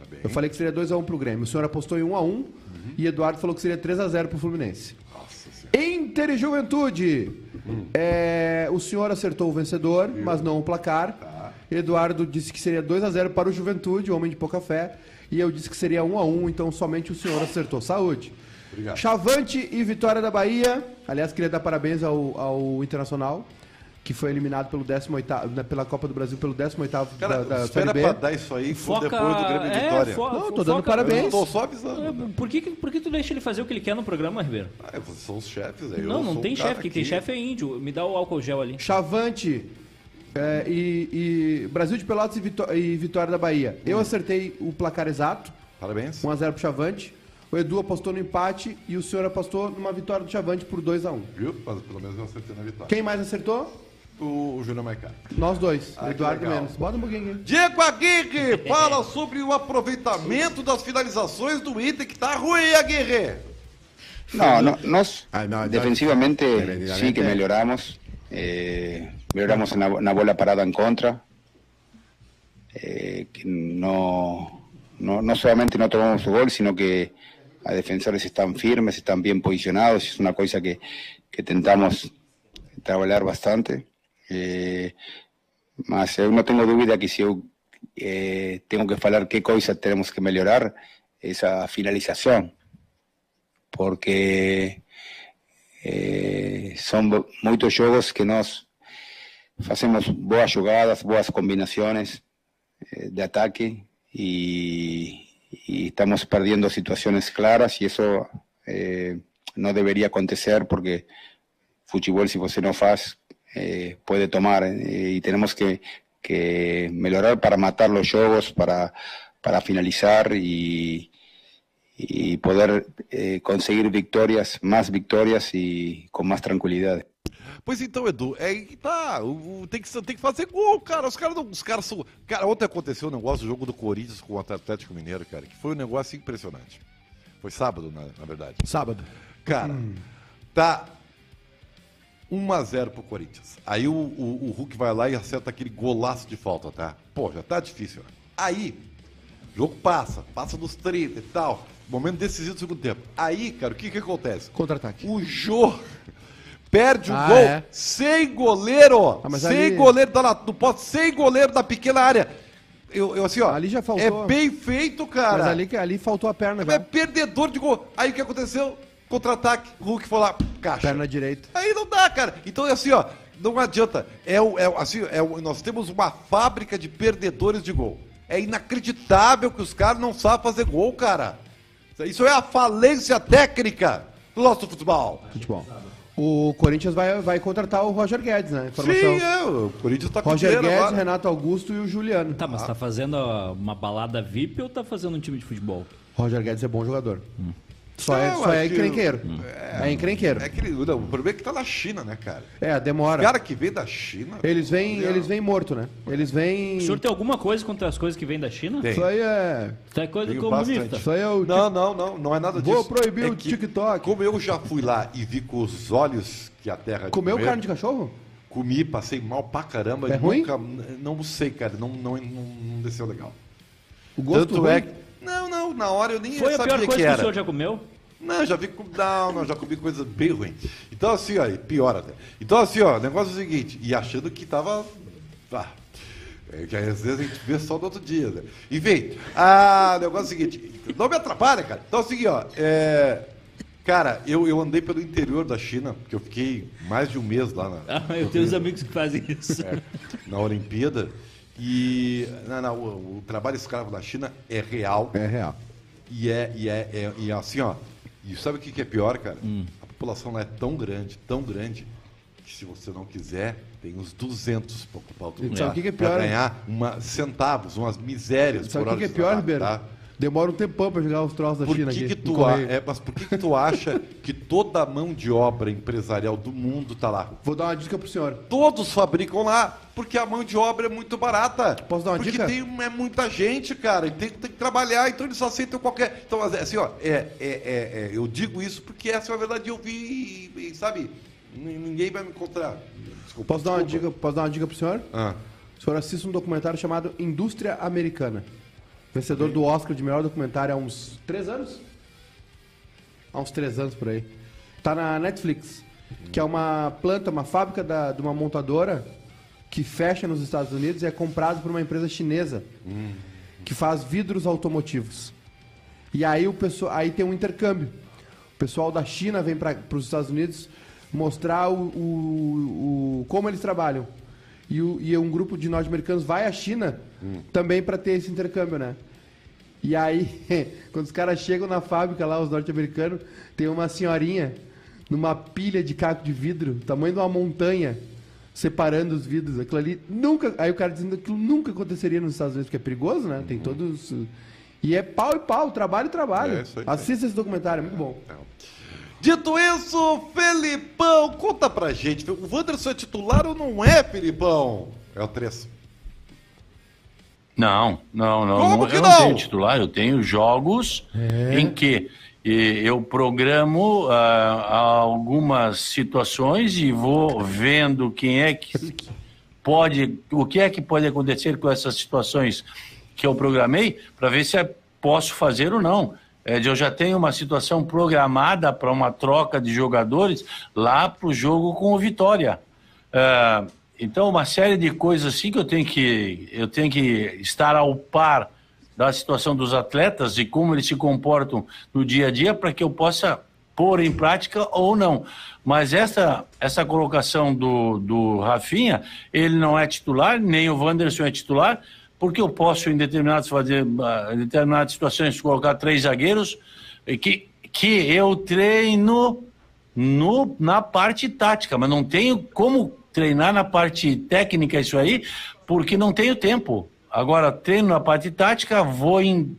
A: bem.
B: eu falei que seria 2x1 pro Grêmio. O senhor apostou em 1x1 e Eduardo falou que seria 3x0 pro Fluminense.
A: Nossa Senhora.
B: Inter e Juventude. É, o senhor acertou o vencedor, mas não o placar.
A: Tá.
B: Eduardo disse que seria 2 a 0 para o Juventude, homem de pouca fé. E eu disse que seria 1 a 1 então somente o senhor acertou. Saúde.
A: Obrigado.
B: Chavante e Vitória da Bahia. Aliás, queria dar parabéns ao, ao Internacional, que foi eliminado pelo 18º, na- pela Copa do Brasil pelo 18º
A: Cara,
B: da, da Série
A: espera
B: B.
A: pra dar isso aí com
C: Foca...
A: depois do Grêmio
C: é,
A: Vitória.
C: fo-
B: Não,
C: fo-
B: tô dando
C: foca-
B: parabéns.
A: Eu tô só avisando. né?
C: É, Por que, que- por que tu deixa ele fazer o que ele quer no programa, Ribeiro?
A: Ah, vocês são os chefes aí. eu
C: não,
A: sou
C: não
A: um
C: tem
A: cara
C: chefe. Quem tem
A: aqui.
C: chefe é índio. Me dá o álcool gel ali.
B: Chavante é, e, e Brasil de Pelotas e, Vitó- e Vitória da Bahia.
A: Hum.
B: Eu acertei o placar exato,
A: Parabéns.
B: 1x0 pro Chavante. O Edu apostou no empate e o senhor apostou numa vitória do Chavante por 2x1.
A: Viu? Mas pelo menos eu acertei na vitória.
B: Quem mais acertou?
A: O, o Júnior Maicá.
B: Nós dois.
A: Ah, que
B: Eduardo
A: legal.
B: menos. Bota um pouquinho aqui.
A: Diego Aguirre fala sobre o aproveitamento das finalizações do Inter, que tá ruim, Aguirre.
D: No, no, nos
F: Ah, no, entonces-
D: defensivamente
F: defensivamente.
D: sí que mejoramos. eh, mejoramos en la, en la bola parada en contra. eh, que no, no, no solamente no tomamos su gol, sino que a defensores están firmes, están bien posicionados. Es una cosa que, que tentamos trabajar bastante. Eh, más eu no tengo duda que si eu eh, tengo que hablar qué cosa tenemos que mejorar, esa finalización. porque eh, son bo- moitos xogos que nós facemos boas xogadas, boas combinaciones eh, de ataque e, e estamos perdiendo situaciones claras e eso eh, no debería acontecer porque fútbol si você no faz eh, puede tomar eh, y tenemos que, que mejorar para matar los xogos, para, para finalizar y, y poder eh, conseguir victorias, más victorias y con más tranquilidad.
A: Pois então, Edu, é aí que tá. O- o- Tem que, tem que fazer gol, cara. Os caras não. Os caras são. Cara, ontem aconteceu um negócio do jogo do Corinthians com o Atlético Mineiro, cara, que foi um negócio impressionante. Foi sábado, na, na verdade.
B: Sábado.
A: Cara, tá 1x0 pro Corinthians. Aí o, o- o Hulk vai lá e acerta aquele golaço de falta, tá? Pô, já tá difícil, né? Aí, o jogo passa, passa dos 30 e tal. Momento decisivo do segundo tempo. Aí, cara, o que que acontece?
B: Contra-ataque.
A: O Jô perde o
B: Ah,
A: gol
B: é?
A: sem goleiro.
B: Ah, mas
A: sem
B: ali-
A: goleiro da do pote, sem goleiro da pequena área. Eu, eu assim, ó.
B: Ali já faltou.
A: É bem feito, cara.
B: Mas ali, ali faltou a perna,
A: É
B: velho.
A: perdedor de gol. Aí o que aconteceu? Contra-ataque. Hulk foi lá, caixa.
B: Perna direita.
A: Aí não dá, cara. Então é assim, ó. Não adianta. É, o- é o- assim, é o- nós temos uma fábrica de perdedores de gol. É inacreditável que os caras não sabem fazer gol, cara. Isso é a falência técnica do nosso futebol.
B: Futebol. O Corinthians vai, vai contratar o Roger Guedes, né? Informação.
A: Sim, é. O Corinthians tá com
B: Roger
A: dinheiro
B: Guedes,
A: agora.
B: Renato Augusto e o Juliano.
C: Tá,
A: Ah.
C: mas tá fazendo ó, uma balada VIP ou tá fazendo um time de futebol?
B: Roger Guedes é bom jogador. Só, é,
A: Hum. Não,
B: só é
A: acho que-
B: encrenqueiro. É, encrenqueiro.
A: É aquele, não, o problema é que tá na China, né, cara?
B: É,
A: O
B: demora.
A: cara que vem da China.
B: Eles vêm,
A: olha,
B: eles vêm morto, né? Eles vêm.
C: O senhor tem alguma coisa contra as coisas que vêm da China?
A: Tem.
B: Isso aí é.
C: Tá coisa
A: Tenho
C: comunista.
A: bastante.
B: Isso aí é o.
A: Não, não, não, não é nada
B: Vou
A: disso.
B: proibir
A: É
B: o
A: que,
B: TikTok.
A: Como eu já fui lá e vi com os olhos que a terra de
B: Comeu
A: comer,
B: carne de cachorro?
A: Comi, passei mal pra caramba.
B: É
A: e
B: ruim?
A: Nunca, não sei, cara, não, não, não, não desceu legal.
B: O gosto
A: Tanto
B: ruim?
A: é que... Não, não, na hora eu nem
C: Foi a
A: sabia
C: pior coisa
A: que
C: que, o
A: era.
C: senhor já comeu?
A: Não, já vi com não, não, já comi coisa bem ruim. Então assim, ó, e pior até. Então assim, ó, o negócio é o seguinte, e achando que tava. Ah, é que às vezes a gente vê só no outro dia, né? Enfim, ah, o negócio é o seguinte, não me atrapalha, cara. Então é o seguinte, ó, é. Cara, eu, eu andei pelo interior da China, porque eu fiquei mais de um mês lá na, É.
C: Ah, eu tenho uns amigos que fazem isso.
A: na Olimpíada. E não, não, o, o trabalho escravo na China é real.
B: É real.
A: E é, e é, é- e é assim, ó. E sabe o que, que é pior, cara?
B: Hum.
A: A população lá é tão grande, tão grande, que se você não quiser, tem uns 200 para ocupar o teu
B: E
A: lugar.
B: sabe o que que é pior,
A: Pra ganhar uma, centavos, umas misérias
B: Sabe
A: por
B: o que,
A: hora
B: que é
A: de
B: pior,
A: trabalho,
B: Ribeiro?
A: tá?
B: Demora um tempão pra jogar os troços da
A: Por
B: China
A: que,
B: aqui.
A: que
B: no
A: tu a,
B: correio.
A: é, mas por que, que tu acha que toda a mão de obra empresarial do mundo tá lá?
B: Vou dar uma dica pro senhor.
A: Todos fabricam lá, porque a mão de obra é muito barata.
B: Posso dar uma
A: porque
B: dica?
A: tem um- é muita gente, cara, e tem, tem que trabalhar, então eles aceitam qualquer. Então, assim, ó, é, é, é, é, eu digo isso porque essa é a verdade, eu vi, e, e, sabe, n- ninguém vai me encontrar. Desculpa,
B: Posso dar, uma
A: desculpa.
B: dica, posso dar uma dica pro senhor?
A: Ah,
B: O senhor assiste um documentário chamado Indústria Americana. Vencedor do Oscar de melhor documentário há uns três anos? Há uns três anos por aí. Tá na Netflix, que é uma planta, uma fábrica da- de uma montadora que fecha nos Estados Unidos e é comprado por uma empresa chinesa
A: Hum.
B: que faz vidros automotivos. E aí o pessoal, aí tem um intercâmbio. O pessoal da China vem para os Estados Unidos mostrar o, o- o- como eles trabalham. E, o- e um grupo de norte-americanos vai à China também para ter esse intercâmbio, né? E aí, quando os caras chegam na fábrica lá, os norte-americanos, tem uma senhorinha numa pilha de caco de vidro, tamanho de uma montanha, separando os vidros. Aquilo ali nunca. Aí o cara dizendo que aquilo nunca aconteceria nos Estados Unidos, porque é perigoso, né? Tem todos. E é pau e pau, trabalho e trabalho.
A: Uhum. É, isso aí.
B: Assista esse documentário, é muito bom.
A: Dito isso, Felipão, conta pra gente. O Wanderson é titular ou não é, Felipão? É o 3.
E: Não, não, não.
A: Como
E: não,
A: que
E: eu
A: não? É.
E: tenho titular, eu tenho jogos em que eh, eu programo ah, algumas situações e vou vendo quem é que pode, o que é que pode acontecer com essas situações que eu programei para ver se é- posso fazer ou não. É, de eu já tenho uma situação programada para uma troca de jogadores lá para o jogo com o Vitória. Ah, então, uma série de coisas assim que eu tenho que eu tenho que estar ao par da situação dos atletas e como eles se comportam no dia a dia para que eu possa pôr em prática ou não. Mas essa, essa colocação do, do Rafinha, ele não é titular, nem o Wanderson é titular, porque eu posso em determinadas, fazer, ah, em determinadas situações colocar três zagueiros eh, que, que eu treino no, na parte tática, mas não tenho como treinar na parte técnica isso aí, porque não tenho tempo. Agora treino na parte tática, vou em-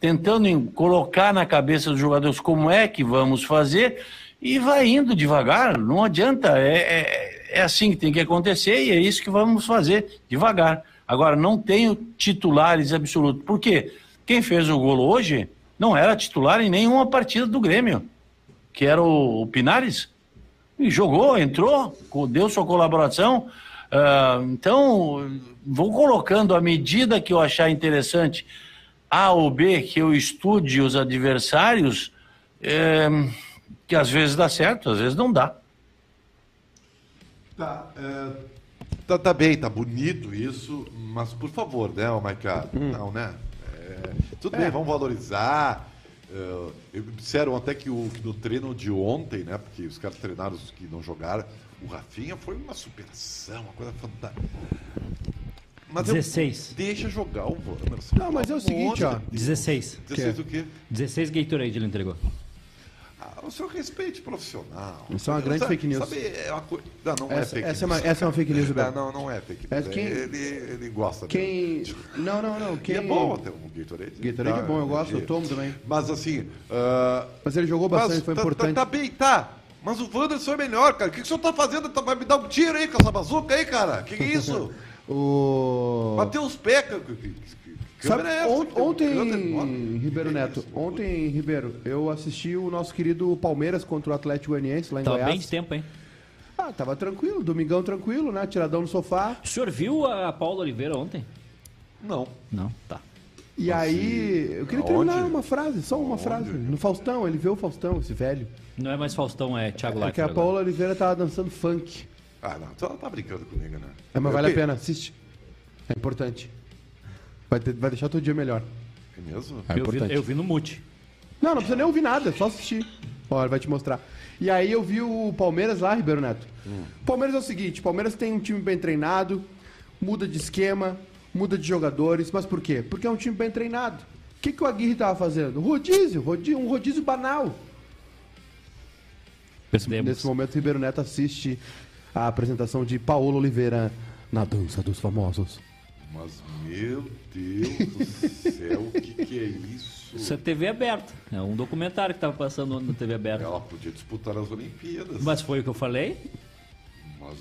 E: tentando em colocar na cabeça dos jogadores como é que vamos fazer e vai indo devagar. Não adianta, é, é, é assim que tem que acontecer e é isso que vamos fazer devagar. Agora não tenho titulares absolutos. Por quê? Quem fez o golo hoje não era titular em nenhuma partida do Grêmio que era o, o Pinares, e jogou, entrou, co- deu sua colaboração. Ah, então, vou colocando à medida que eu achar interessante A ou B, que eu estude os adversários, eh, que às vezes dá certo, às vezes não dá.
A: Tá, é, tá, tá bem, tá bonito isso, mas por favor, né, ô Maica?
B: Hum.
A: Não, né? É, tudo bem, vamos valorizar. É, eu- disseram até que, o, que no treino de ontem, né? Porque os caras treinaram os que não jogaram, o Rafinha foi uma superação, uma coisa fantástica. Mas eu-
C: 16.
A: deixa jogar o Wanderson.
B: Não, mas é o
A: pelo amor
B: seguinte,
A: de
B: ó. é
A: Deus.
C: 16.
A: 16 o quê?
C: 16 Gatorade ele entregou.
A: Ah, o seu respeito profissional.
B: Isso é uma grande
A: Sabe-
B: fake news.
A: Sabe, é uma coi- não, não é
B: Essa,
A: fake
B: essa é uma,
A: news.
B: essa é uma fake news,
A: Ah,
B: Roberto.
A: não, não é fake
B: É
A: news.
B: quem-
A: Ele, ele gosta mesmo.
B: Quem. Não, não, não.
A: E
B: Quem...
A: é bom ter um Gatorade.
B: Gatorade é
A: Tá,
B: bom, eu gosto,
A: entendi.
B: eu tomo também.
A: Mas assim. ah,
B: Mas ele jogou bastante,
A: mas
B: foi
A: tá-
B: importante.
A: Tá, tá bem, tá. Mas o Wanderson é melhor, cara. O que, que o senhor tá fazendo? Tá- Vai me dar um tiro aí com essa bazuca aí, cara? Que que é isso?
B: O...
A: Bateu os pés, cara. Que, que, que- que
B: Sabe,
A: câmera é essa?
B: on-
A: Que tem um câmera
B: ontem,
A: enorme.
B: Ribeiro
A: Que que é
B: Neto,
A: isso?
B: ontem, Ribeiro, eu assisti o nosso querido Palmeiras contra o Atlético Goianiense lá em
C: Tava bem de
B: Goiás.
C: tempo, hein?
B: Ah, tava tranquilo, domingão tranquilo, né? Tiradão no sofá.
C: O senhor viu a Paula Oliveira ontem?
A: Não.
C: Não, tá.
B: E aí, eu queria
A: aonde?
B: terminar uma frase, só uma
A: Aonde?
B: frase. No Faustão, ele vê o Faustão, esse velho.
C: Não é mais Faustão, é Thiago
B: É que a
C: Leifert.
B: Paola Oliveira tava dançando funk.
A: Ah, não. Você tá brincando comigo, né?
B: É, mas
A: Eu
B: vale a
A: que-
B: pena, assiste. É importante. Vai, ter- vai deixar teu dia melhor.
A: É mesmo?
B: É
C: agora. eu, vi,
B: importante.
C: eu vi no mute.
B: Não, não precisa nem ouvir nada, é só assistir. Ó, ele vai te mostrar. E aí eu vi o Palmeiras lá, Ribeiro
A: Hum.
B: Neto. Palmeiras é o seguinte, Palmeiras tem um time bem treinado, muda de esquema, muda de jogadores. Mas por quê? Porque é um time bem treinado. O que, que o Aguirre estava fazendo? Rodízio, rodízio, um rodízio banal.
C: Percebemos.
B: Nesse momento, Ribeiro Neto assiste a apresentação de Paulo Oliveira na Dança dos Famosos.
A: Mas, meu Deus do céu, o que, que é isso?
C: Isso é TV aberta. É um documentário que tava passando na TV aberta.
A: Ela podia disputar as Olimpíadas. Mas,
C: Mas foi o que eu falei?
A: meu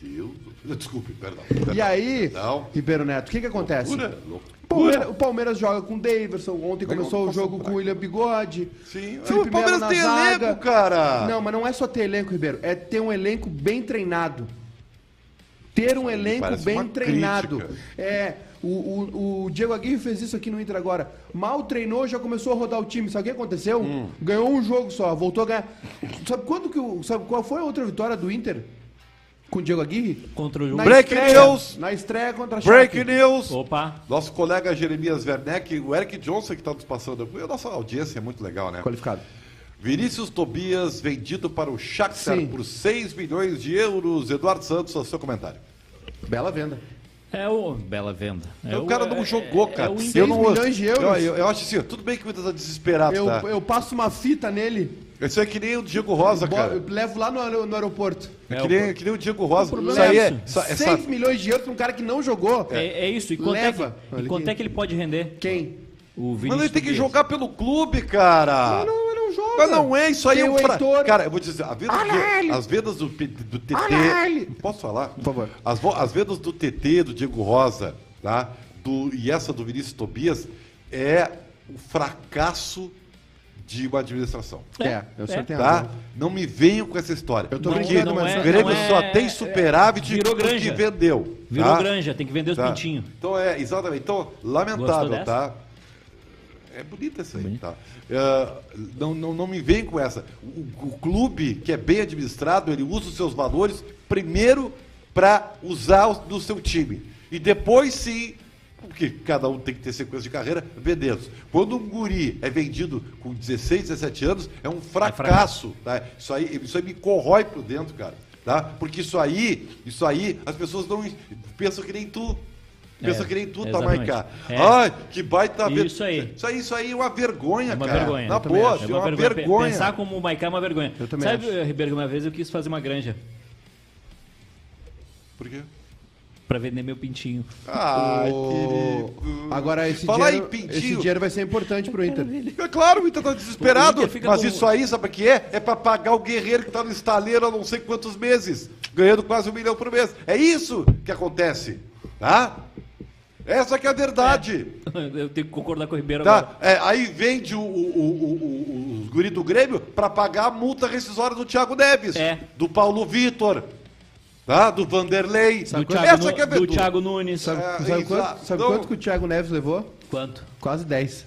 A: Deus. do- Desculpe, perdão.
B: E aí, É assim,
A: Não.
B: Ribeiro Neto, o que, que acontece?
A: Loucura, loucura.
B: Palmeira- o Palmeiras joga com o Davidson. Ontem começou o jogo com o William Bigode.
A: Sim,
B: Felipe
A: o Palmeiras
B: Melo na
A: tem
B: zaga.
A: elenco, cara.
B: Não, mas não é só ter elenco, Ribeiro. É ter um elenco bem treinado. Ter um elenco
A: parece uma
B: bem treinado.
A: crítica.
B: É, o, o- o Diego Aguirre fez isso aqui no Inter agora. Mal treinou, já começou a rodar o time. Sabe o que aconteceu?
A: Hum.
B: Ganhou um jogo só, voltou a ganhar. Sabe quando que o. Sabe qual foi a outra vitória do Inter? Com o Diego Aguirre?
C: Contra o
B: Na
A: Break
B: estreia-
A: news!
B: Na estreia contra a
A: Break
B: Chape.
A: news.
C: Opa!
A: Nosso colega Jeremias Werneck, o Eric Johnson que está nos passando. A nossa audiência é muito legal, né?
B: Qualificado.
A: Vinícius Tobias vendido para o Shakhtar
B: Sim.
A: por 6 milhões de euros. Eduardo Santos, o seu comentário.
B: Bela venda.
C: É o. Bela venda. É
A: o cara não jogou,
C: é-
A: cara.
C: É, o
B: Seis
A: eu não
B: milhões de euros.
A: Eu, eu- eu acho assim, ó, tudo bem que o Inter tá desesperado,
B: Eu,
A: tá?
B: eu passo uma fita nele,
A: Isso é que nem o Diego Rosa,
B: bo-
A: cara.
B: eu levo lá no, aer- no aeroporto.
A: É
C: É,
A: que,
C: o-
A: nem, que nem o Diego Rosa.
C: o
A: Isso
C: problema
A: aí
C: é
A: é.
C: isso.
A: Essa,
B: 6
A: essa-
B: milhões de euros pra um cara que não jogou.
C: É, é isso. E quanto,
B: Leva.
C: É que,
B: Olha
C: e quanto
B: aqui.
C: é que ele pode render?
B: Quem?
C: O Vinícius
A: Mas ele tem que
C: Dias.
A: jogar pelo clube, cara.
B: Mas não, mas não joga.
A: Mas não é isso aí,
B: Tem
A: é
B: o
A: um fra...
B: Heitor.
A: Cara, eu vou dizer, a venda
B: Olha
A: do-
B: ele.
A: as vendas do, P- do TT.
B: Olha ele.
A: Posso falar?
B: Por favor.
A: As, vo- as vendas do TT, do Diego Rosa, tá? Do, e essa do Vinícius Tobias é o fracasso de uma administração.
B: É, eu só
C: é.
B: tenho
A: Tá? Não me venham com essa história.
B: Eu tô
A: porque
B: brincando, mas-
A: o Grêmio
C: não é-
A: só tem superávit
C: virou
A: do que
C: granja.
A: vendeu.
C: Virou
A: tá?
C: granja, tem que vender os
A: Tá.
C: pintinhos.
A: Então é, exatamente. Então,
C: Gostou
A: lamentável,
C: dessa?
A: tá? É bonita essa aí, tá? Ah, não, não, não me vem com essa. O, o clube que é bem administrado, ele usa os seus valores primeiro para usar os, do seu time. E depois sim, porque cada um tem que ter sequência de carreira, vendê-los. Quando um guri é vendido com 16, 17 anos, é um fracasso. tá? Isso, aí, isso aí me corrói por dentro, cara. Tá? Porque isso aí, isso aí, as pessoas não pensam que nem tu. Pensam
C: É,
A: que nem tu,
C: exatamente.
A: Tamaica.
C: É.
A: Ai, que baita ver-
C: Isso aí.
A: Isso aí, isso aí é uma vergonha,
C: É uma
A: cara.
C: vergonha.
A: Na
C: eu também
A: boa,
C: acho.
A: é uma, vergonha.
C: Pensar como o Maiká é uma vergonha.
B: Eu também
C: Sabe,
B: acho.
C: Ribeiro, que uma vez eu quis fazer uma granja
A: Por quê?
C: pra vender meu pintinho.
A: Ai,
B: O-
A: querido.
B: Agora esse
A: Falar
B: dinheiro,
A: em pintinho.
B: esse dinheiro vai ser importante pro Inter.
A: É claro, o Inter tá desesperado,
C: O Inter fica
A: mas
C: com-
A: isso aí, sabe o que é? É pra pagar o guerreiro que tá no estaleiro há não sei quantos meses, ganhando quase um milhão por mês. É isso que acontece, tá? Essa que é a verdade.
C: Eu tenho que concordar com o Ribeiro agora.
A: Tá? É, aí vende o, o, o, o- o- os guri do Grêmio para pagar a multa rescisória do Thiago Neves,
C: É.
A: do Paulo Vitor, tá? do Vanderlei.
C: Do Thiago,
A: Essa
C: Nu-
A: que é a
C: do
A: verdade.
C: Thiago Nunes.
B: Sabe,
A: É,
B: sabe
A: exato.
B: quanto, sabe
A: Não.
B: quanto que o Thiago Neves levou?
C: Quanto?
B: Quase 10.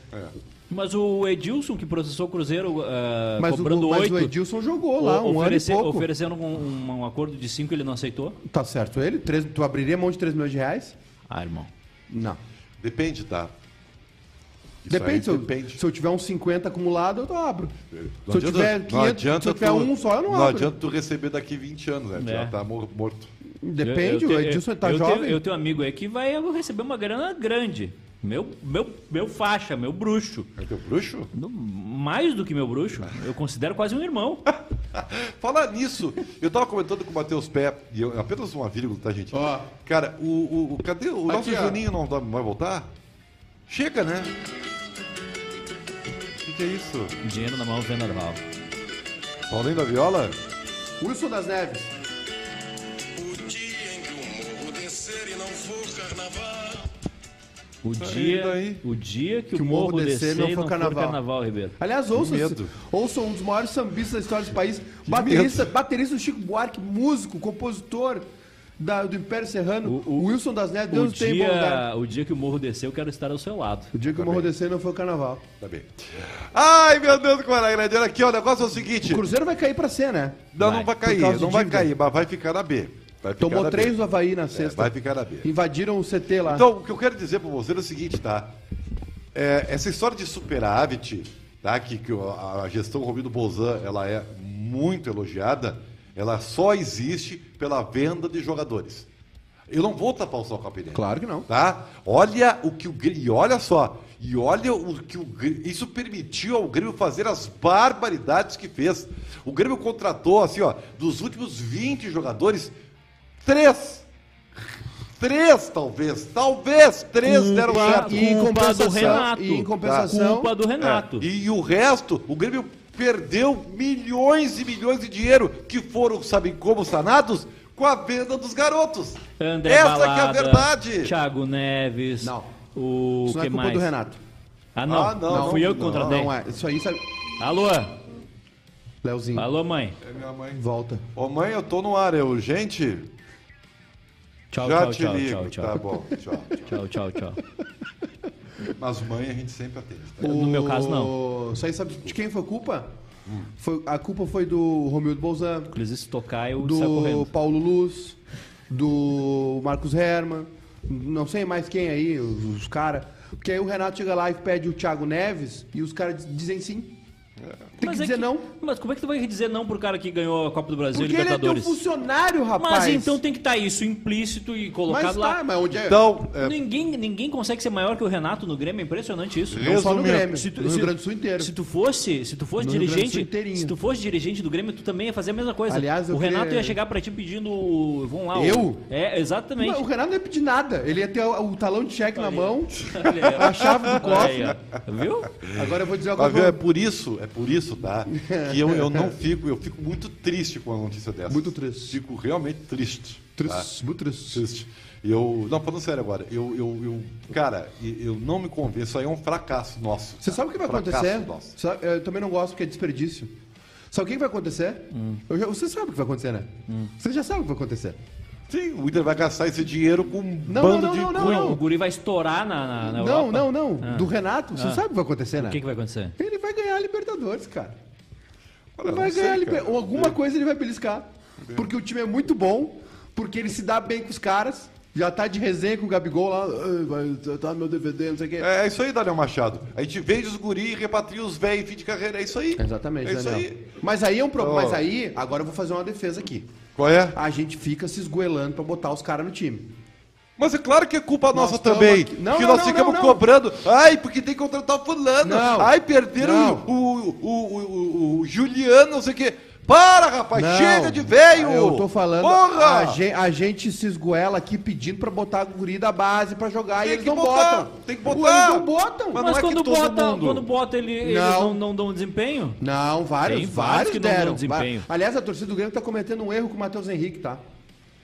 C: Mas o Edilson, que processou o Cruzeiro ah,
B: Mas, o,
C: cobrando
B: mas
C: oito,
B: o Edilson jogou lá um
C: oferece-
B: ano e pouco.
C: oferecendo um, um- um acordo de cinco, ele não aceitou?
B: Tá certo ele? Três- tu abriria mão de 3 milhões de reais?
C: Ah, irmão.
B: Não.
A: Depende, tá? Isso aí
B: Depende, se eu,
A: depende.
B: se eu tiver uns 50 acumulado, eu abro.
A: Não
B: se eu
A: adianta-
B: tiver
A: não
B: 500,
A: adianta
B: se eu tiver
A: tu-
B: um só, eu não,
A: Não
B: abro.
A: adianta tu receber daqui 20 anos, né? Tu
C: É.
A: Já tá mor- morto.
B: Depende,
C: Eu- eu
B: o
C: tenho-
B: Edilson tá
C: eu
B: jovem.
C: Tenho, eu tenho um amigo aí que vai receber uma grana grande. Meu, meu, meu faixa, meu bruxo.
A: É teu bruxo?
C: No- Mais do que meu bruxo, eu considero quase um irmão.
A: Falar nisso, eu tava comentando com o Matheus Pé, e eu, apenas uma vírgula, tá, gente?
B: Ó.
A: Cara, o, o, o- cadê o nosso
B: Aqui, ó.
A: Juninho não dá- vai voltar? Chega, né? O que, que é isso?
C: Dinheiro na mão, venda na mão.
A: Paulinho da Viola?
B: Wilson das Neves.
F: O dia em que o morro descer e não for carnaval.
C: O
A: indo aí.
C: dia, o dia que, o morro descer, não for carnaval, Ribeiro.
B: Aliás, ouça,
A: medo.
B: ouça um dos maiores sambistas da história do país. Baterista,
A: medo.
B: baterista do Chico Buarque, músico, compositor da- do Império Serrano.
C: O- o-
B: Wilson das Neves,
C: O
B: Deus tem bondade.
C: dia, o dia que o morro descer, eu quero estar ao seu lado.
B: O dia que o Morro descer não foi o carnaval.
A: Tá bem. Ai, meu Deus do coração, grande. Olha aqui, ó, o negócio é o seguinte.
B: O Cruzeiro vai cair pra C, né?
A: Não,
C: Vai,
A: não vai
B: por causa
A: cair,
B: de
A: não vai
B: dívida.
A: cair, mas vai ficar na B. Vai ficar
B: Tomou
A: na B.
B: três do Havaí na
A: É,
B: sexta.
A: vai ficar na B.
B: Invadiram o CT lá.
A: Então, o que eu quero dizer para vocês é o seguinte, tá? É, essa história de superávit, tá? Que, que o- a a gestão Romildo Bolzan, ela é muito elogiada, ela só existe pela venda de jogadores. Eu não vou tapar o sol com a peneira.
B: Claro que não.
A: Tá? Olha o que o Grêmio. E olha só. E olha o que o Grêmio. Isso permitiu ao Grêmio fazer as barbaridades que fez. O Grêmio contratou, assim, ó, dos últimos 20 jogadores, três. Três, talvez. Talvez três
C: Um
A: deram certo.
B: E em
C: Tá Culpa do
B: compensação-
C: Renato. Tá.
B: e em compensação-
C: Culpa do Renato.
A: É, E o resto, o Grêmio perdeu milhões e milhões de dinheiro que foram, sabem como, sanados com a venda dos garotos.
C: André
A: Essa
C: Balada,
A: que é a verdade.
C: Thiago Neves.
B: Não.
C: O
B: Isso não
C: que
B: é culpa
C: mais?
B: do Renato.
C: Ah, não.
A: Ah, não,
C: não,
A: não,
C: fui eu que
A: não,
C: contratei.
B: Não é. Isso aí, sabe?
C: Alô?
B: Leozinho,
C: Alô, mãe.
A: É minha mãe.
B: volta.
A: Ô mãe, eu tô no ar, é urgente?
C: Tchau,
A: Já
C: tchau,
A: te
C: tchau,
A: ligo.
C: tchau, tchau.
A: Tá bom, tchau.
C: Tchau, tchau, tchau.
A: Mas mãe a gente sempre atende. tá?
C: No meu caso, não.
B: Isso aí, sabe de quem foi a culpa? Foi, a culpa foi do Romildo Bolzan,
C: Inclusive, se tocar, eu saio
B: do
C: correndo.
B: Paulo Luz, do Marcos Herman, não sei mais quem aí, os, os caras. Porque aí o Renato chega lá e pede o Thiago Neves e os caras dizem sim. Tem
C: Mas
B: que
C: é
B: dizer não.
C: Mas como é que tu vai dizer não pro cara que ganhou a Copa do Brasil e
B: Porque ele é teu
C: Libertadores?
B: funcionário, rapaz.
C: mas então tem que estar isso implícito e colocado
B: Mas
C: lá.
B: tá, mas onde é?
A: Então, é,
C: Ninguém, ninguém consegue ser maior que o Renato no Grêmio, é impressionante isso.
B: não só no
A: resumindo,
B: Grêmio, no Rio Grande do Sul inteiro.
C: Se tu fosse, se tu fosse
B: No Rio Grande do Sul
C: dirigente,
B: inteirinho.
C: se tu fosse dirigente do Grêmio, tu também ia fazer a mesma coisa.
B: Aliás, eu
C: o Renato
B: queria-
C: ia chegar pra ti pedindo, vão lá. o-
B: Eu?
C: É, exatamente.
B: Não, o Renato não ia pedir nada. Ele ia ter o, o talão de cheque na mão.
C: Olha aí, ó.
B: A chave do
C: Olha
B: cofre.
C: aí, ó. Viu?
B: Agora eu vou dizer uma
A: Tá vendo? É
B: coisa
A: por isso, é por isso, tá? Que eu, eu não fico, eu fico muito triste com a notícia dessa.
B: Muito triste.
A: Fico realmente triste. tá?
C: Ah.
B: triste, muito triste.
A: Triste. Eu, não, falando sério agora, eu, eu, eu- cara, e- eu não me convenço, isso aí é um fracasso nosso.
B: Você sabe o que vai
A: Fracasso
B: acontecer?
A: nosso.
B: Sabe- eu também não gosto porque é desperdício. Sabe o que que vai acontecer?
C: Hum.
B: Eu já- você sabe o que vai acontecer, né? Você já sabe o que vai acontecer.
A: Sim, o Inter vai gastar esse dinheiro com um
B: Não,
A: bando
B: não,
A: de
B: não, não,
A: cu-
B: não.
C: O guri vai estourar na, na, na
B: não,
C: Europa.
B: não, não. Do Renato, você
C: Ah.
B: sabe o que vai acontecer, né?
C: O que, que vai acontecer?
B: Ele vai ganhar a Libertadores, cara.
A: Olha,
B: Ele vai
A: não sei,
B: ganhar
A: cara.
B: a
A: É.
B: Liber- ou alguma coisa ele vai beliscar. Porque o time é muito bom, porque ele se dá bem com os caras. Já tá de resenha com o Gabigol lá, "Ai, vai, tá meu DVD, não sei o quê.
A: É, é isso aí, Daniel Machado. A gente vende os guri e repatria os véi em fim de carreira. É isso aí.
B: Exatamente,
A: É isso
B: Daniel.
A: aí.
B: Mas aí é um
A: Ô.
B: problema. Mas aí, agora eu vou fazer uma defesa aqui.
A: Qual é?
B: A gente fica se esgoelando pra botar os caras no time.
A: Mas é claro que é culpa
B: Nós
A: nossa
B: tamo
A: também.
B: aqui- Não,
A: que
B: não,
A: nós
B: não,
A: ficamos
B: não, não.
A: cobrando. Ai, porque tem que contratar o fulano.
B: Não.
A: Ai, perderam
B: Não.
A: o, o, o, o- o Juliano, não sei o quê. Para, rapaz,
B: Não,
A: chega de velho!
B: Eu tô falando,
A: Porra!
B: A, gen- a gente se esgoela aqui pedindo pra botar a guri da base pra jogar
A: Tem
B: e eles
A: que
B: não
A: botar,
B: botam.
A: tem que
B: Ué,
A: botar.
B: Eles não botam.
A: Mas
C: Mas,
A: não é que
C: quando,
A: todo
C: bota,
A: mundo-
C: quando bota ele, eles não,
B: Não.
C: não dão desempenho?
B: Não, vários,
C: Tem vários
B: vários
C: que não dão
B: deram.
C: desempenho.
B: Va- Aliás, a torcida do Grêmio tá cometendo um erro com o Matheus Henrique, tá?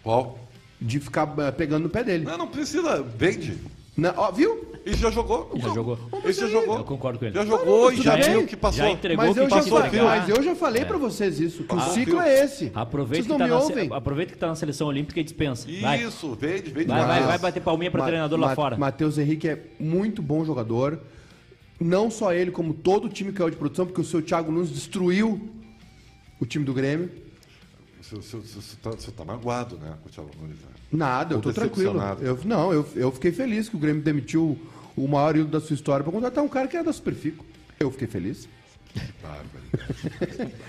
A: Qual?
B: De ficar eh, pegando no pé dele.
A: Não, não precisa, vende.
B: Na- ó, viu?
A: Ele já jogou.
C: Já jogou.
A: Ele já jogou.
C: Eu concordo com ele.
A: Já jogou e
B: tudo
A: já
B: bem.
A: viu o que passou.
C: Já entregou
B: mas,
C: o que tá Ah,
B: eu já
A: passou,
B: falei,
A: viu?
B: mas eu já falei pra vocês isso, que
A: Passou,
B: o ciclo
A: viu?
B: é esse.
C: Aproveita
B: vocês
C: que,
B: não
C: tá
B: me
C: na,
B: ouvem.
C: se- aproveita que tá na seleção olímpica e dispensa. Vai,
A: Isso, vende, vende.
C: vai, vai,
A: mais.
C: vai bater palminha pra
B: Ma-
C: treinador lá
B: Ma-
C: fora.
B: Matheus Henrique é muito bom jogador. Não só ele, como todo o time que caiu de produção, porque o seu Thiago Nunes destruiu o time do Grêmio.
A: Você, você, você, você tá, você tá magoado, né, com o Thiago Nunes? né?
B: Nada, eu
A: Ou
B: tô tranquilo.
A: decepcionado.
B: Eu, não, eu, eu fiquei feliz que o Grêmio demitiu o maior ídolo da sua história pra contratar um cara que era da Superfico. Eu fiquei feliz.
A: Tá,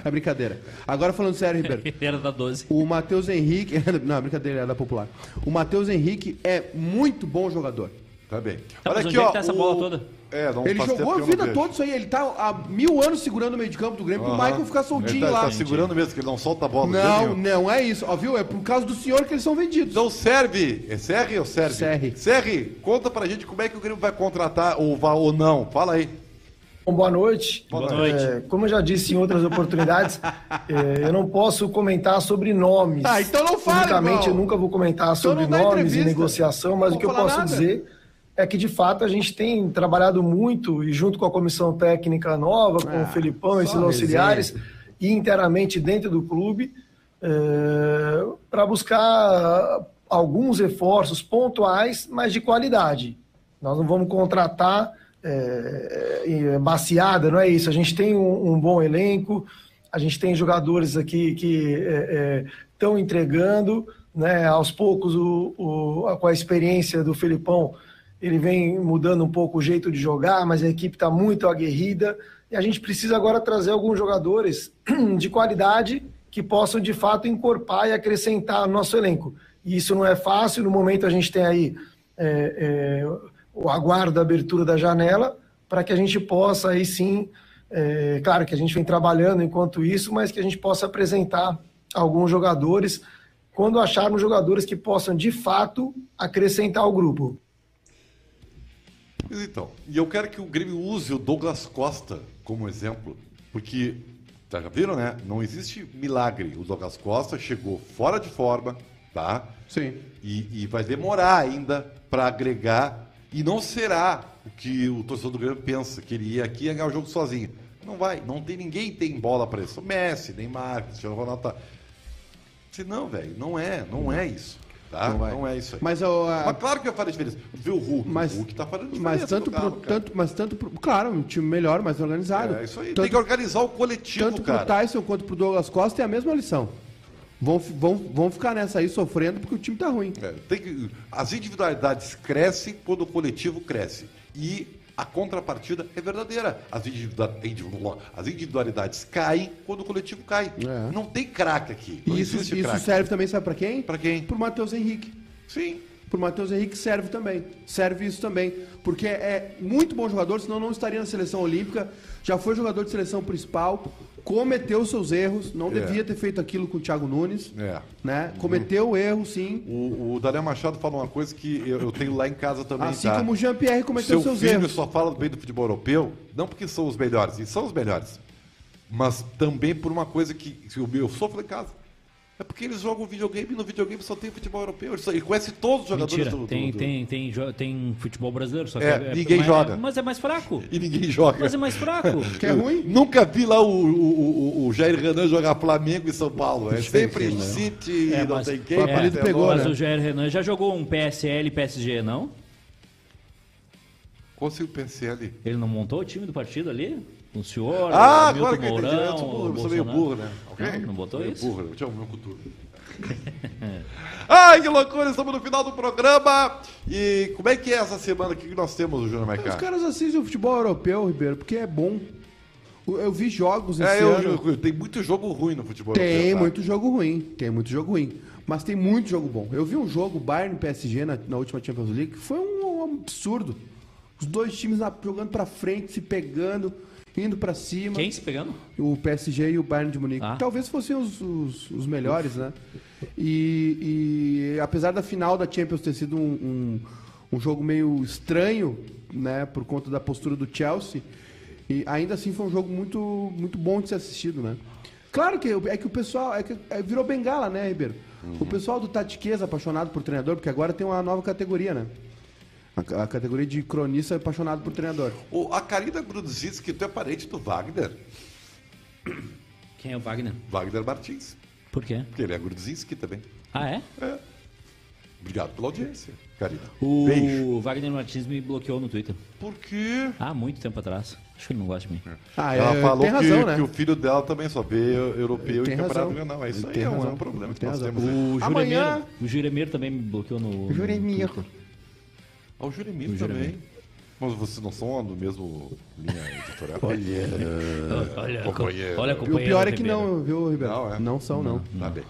B: É brincadeira. Agora falando sério, Ribeiro.
C: Ele era da 12.
B: O Matheus Henrique. Não, é brincadeira, era da popular. O Matheus Henrique é muito bom jogador.
A: Tá bem.
C: mas onde é que tá essa bola toda?
A: É, não
B: ele
A: faz tempo
B: jogou
A: que eu não
B: a vida
A: vejo.
B: toda isso aí. Ele tá há mil anos segurando o meio de campo do Grêmio pro
A: Aham.
B: Michael ficar
A: ele
B: soltinho
A: tá,
B: lá.
A: Tá segurando mesmo, que ele não solta a bola.
B: não,
A: não.
B: não é isso. Ó, viu? É por causa do senhor que eles são vendidos.
A: Então serve, é serve ou serve?
B: Serre.
A: Serre, conta pra gente como é que o Grêmio vai contratar ou, vai, ou não. Fala aí.
G: Bom, boa noite.
C: Boa noite.
G: É, como eu já disse em outras oportunidades, é, eu não posso comentar sobre nomes.
B: Ah, então não fala,
G: Publicamente,
B: irmão. Então
G: eu nunca vou comentar sobre
B: não dá
G: nomes e
B: entrevista.
G: negociação, mas
B: Não
G: o que eu
B: fala
G: posso
B: nada.
G: dizer é que, de fato, a gente tem trabalhado muito, e junto com a comissão técnica nova, com
B: Ah,
G: o Felipão e
B: só
G: seus auxiliares, e internamente dentro do clube, para buscar alguns reforços pontuais, mas de qualidade. Nós não vamos contratar é, é, baciada, não é isso. A gente tem um, um bom elenco, a gente tem jogadores aqui que estão entregando, né? Aos poucos, o- o- a- com a experiência do Felipão, ele vem mudando um pouco o jeito de jogar, mas a equipe está muito aguerrida e a gente precisa agora trazer alguns jogadores de qualidade que possam de fato encorpar e acrescentar ao nosso elenco. E isso não é fácil. No momento, a gente tem aí é, é, o aguardo da abertura da janela para que a gente possa aí sim, é, claro que a gente vem trabalhando enquanto isso, mas que a gente possa apresentar alguns jogadores quando acharmos jogadores que possam de fato acrescentar ao grupo.
A: Mas então, e eu quero que o Grêmio use o Douglas Costa como exemplo, porque, tá, já viram, né? Não existe milagre. O Douglas Costa chegou fora de forma, tá?
B: Sim.
A: E, e vai demorar ainda para agregar, e não será o que o torcedor do Grêmio pensa, que ele ia aqui e ia ganhar o jogo sozinho. Não vai, não tem ninguém tem bola para isso. Messi, Neymar, Cristiano Ronaldo, tá? Se não, velho, não é, não é isso, tá? Não, é isso aí.
B: Mas eu,
A: Mas claro que vai fazer diferença. Viu o Hulk?
B: Mas-
A: o Hulk tá fazendo diferença.
B: Mas tanto,
A: no carro,
B: pro,
A: cara.
B: tanto, mas tanto pro, claro, um time melhor, mais organizado.
A: É, isso aí.
B: Tanto,
A: Tem que organizar o coletivo,
B: tanto pro
A: cara.
B: Tyson quanto pro Douglas Costa é a mesma lição. Vão, fi- vão, vão ficar nessa aí sofrendo porque o time tá ruim.
A: É, tem que- as individualidades crescem quando o coletivo cresce. E a contrapartida é verdadeira. As, individua- individua- as individualidades caem quando o coletivo cai.
B: É.
A: Não tem craque aqui. Não
B: E isso,
A: existe
B: isso
A: craque.
B: serve também, sabe pra quem?
A: Pra quem?
B: Pro Matheus Henrique.
A: Sim.
B: Pro Matheus Henrique serve também. Serve isso também. Porque é muito bom jogador, senão não estaria na seleção olímpica. Já foi jogador de seleção principal, cometeu seus erros, não devia ter feito aquilo com o Thiago Nunes.
A: É.
B: Né? Cometeu o erro, sim.
A: O, o Daniel Machado fala uma coisa que eu, eu tenho lá em casa também.
B: Assim
A: tá?
B: como o Jean-Pierre cometeu
A: Seu
B: seus
A: filho
B: erros.
A: só fala bem do futebol europeu, não porque são os melhores, e são os melhores, mas também por uma coisa que, que o meu sofro em casa. É porque eles jogam videogame e no videogame só tem futebol europeu. Ele, só, ele conhece todos os jogadores
C: Mentira,
A: do, do-
C: tem,
A: do-
C: tem, tem, jo- tem futebol brasileiro, só que
A: É, ninguém
C: mas-
A: joga.
C: Mas é mais fraco.
A: E ninguém joga.
C: Mas é mais fraco.
B: Que é ruim?
A: Nunca vi lá o, o, o- o Jair Renan jogar Flamengo e São Paulo. É sempre City,
C: É,
A: não
C: mas-
A: tem quem.
B: o apelido
A: Barcelona.
B: pegou,
C: Mas
B: né?
C: o Jair Renan já jogou um PSL e PSG, não?
A: Qual foi o PSL?
C: Ele não montou o time do partido ali? Com o senhor,
A: Ah,
C: o Milton
A: agora que eu entendi. Eu
C: Mourão,
A: sou, burro,
C: o
A: eu sou meio
C: Bolsonaro?
A: burro, né? Ok?
C: Não, não botou
A: meio
C: isso?
A: Burro, eu tinha o meu cultura. Ai, que loucura, estamos no final do programa. E como é que é essa semana? O que que nós temos, Júnior
B: Os
A: Maiká?
B: caras assistem o futebol europeu, Ribeiro, porque é bom. O- Eu vi jogos esse
A: É,
B: ano.
A: eu, tem muito jogo ruim no futebol.
B: Tem
A: europeu, tá?
B: muito jogo ruim, tem muito jogo ruim. Mas tem muito jogo bom. Eu vi um jogo, Bayern e PSG, na, na última Champions League, que foi um, um absurdo. Os dois times lá jogando pra frente, se pegando, indo pra cima.
C: Quem se pegando?
B: O PSG e o Bayern de Munique.
C: Ah.
B: Talvez fossem os, os- os melhores, né? E, e apesar da final da Champions ter sido um, um, um jogo meio estranho, né? Por conta da postura do Chelsea, e ainda assim foi um jogo muito, muito bom de ser assistido, né? Claro que é que o pessoal. É que é, virou bengala, né, Ribeiro?
A: Uhum.
B: O pessoal do Tatiquês, apaixonado por treinador, porque agora tem uma nova categoria, né? A, a categoria de cronista apaixonado por treinador.
A: O, a Karina Grudzinski, que tu é parente do Wagner.
C: Quem é o Wagner?
A: Wagner Martins.
C: Por quê?
A: Porque ele é Grudzinski também.
C: Ah, é?
A: Obrigado pela audiência, Karina.
C: O
A: Beijo.
C: Wagner Martins me bloqueou no Twitter.
A: Por quê?
C: Há muito tempo atrás. Acho que ele não gosta de mim.
B: Ah,
A: Ela
B: é,
A: falou
B: tem razão,
A: que,
B: né?
A: que o filho dela também só vê europeu
B: Tem
A: e campeonato
B: razão.
A: regional. É isso aí,
B: Tem
A: é um, é um
B: razão.
A: problema que
B: Tem
A: nós
B: razão.
A: temos. né? aí.
C: O Juremir,
B: Amanhã-
C: o Juremir também me bloqueou no. no
A: Hum,
B: Juremir.
C: Twitter.
A: Ah, o Juremir
C: O Juremir.
A: também. Mas vocês não são do mesmo linha editorial?
B: né?
A: Olha.
C: Olha,
A: Companheiro.
C: olha,
A: E o
B: E o
C: companheiro
B: pior é que
C: Ribeiro.
B: não, viu, Ribeiro?
A: Não,
B: Não,
A: é.
B: são, não.
A: Tá bem.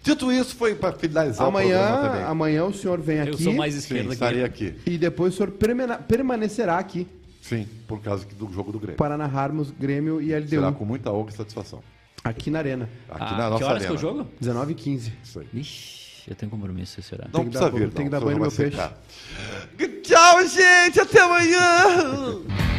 A: Dito isso, foi para finalizar o programa também.
B: Amanhã, amanhã o senhor vem
C: Eu
B: aqui
C: sou mais
A: Sim,
C: esquerda que
A: estarei
C: ele.
A: aqui.
B: e depois o senhor permana- permanecerá aqui
A: Sim, por causa que- do jogo do Grêmio.
B: para narrarmos Grêmio e LDU
A: Será com muita honra e satisfação.
B: aqui na Arena,
A: Aqui
C: Ah,
A: na
C: que
A: nossa
C: horas
A: arena.
C: que eu jogo?
B: 19 h 15
A: Isso aí.
C: Ixi, eu tenho compromisso esse horário.
A: Não
B: que
A: precisa
B: dar-
A: vir,
B: tem que
A: não.
B: dar banho no
A: Você
B: meu
A: vai secar. Tchau, gente. Até amanhã.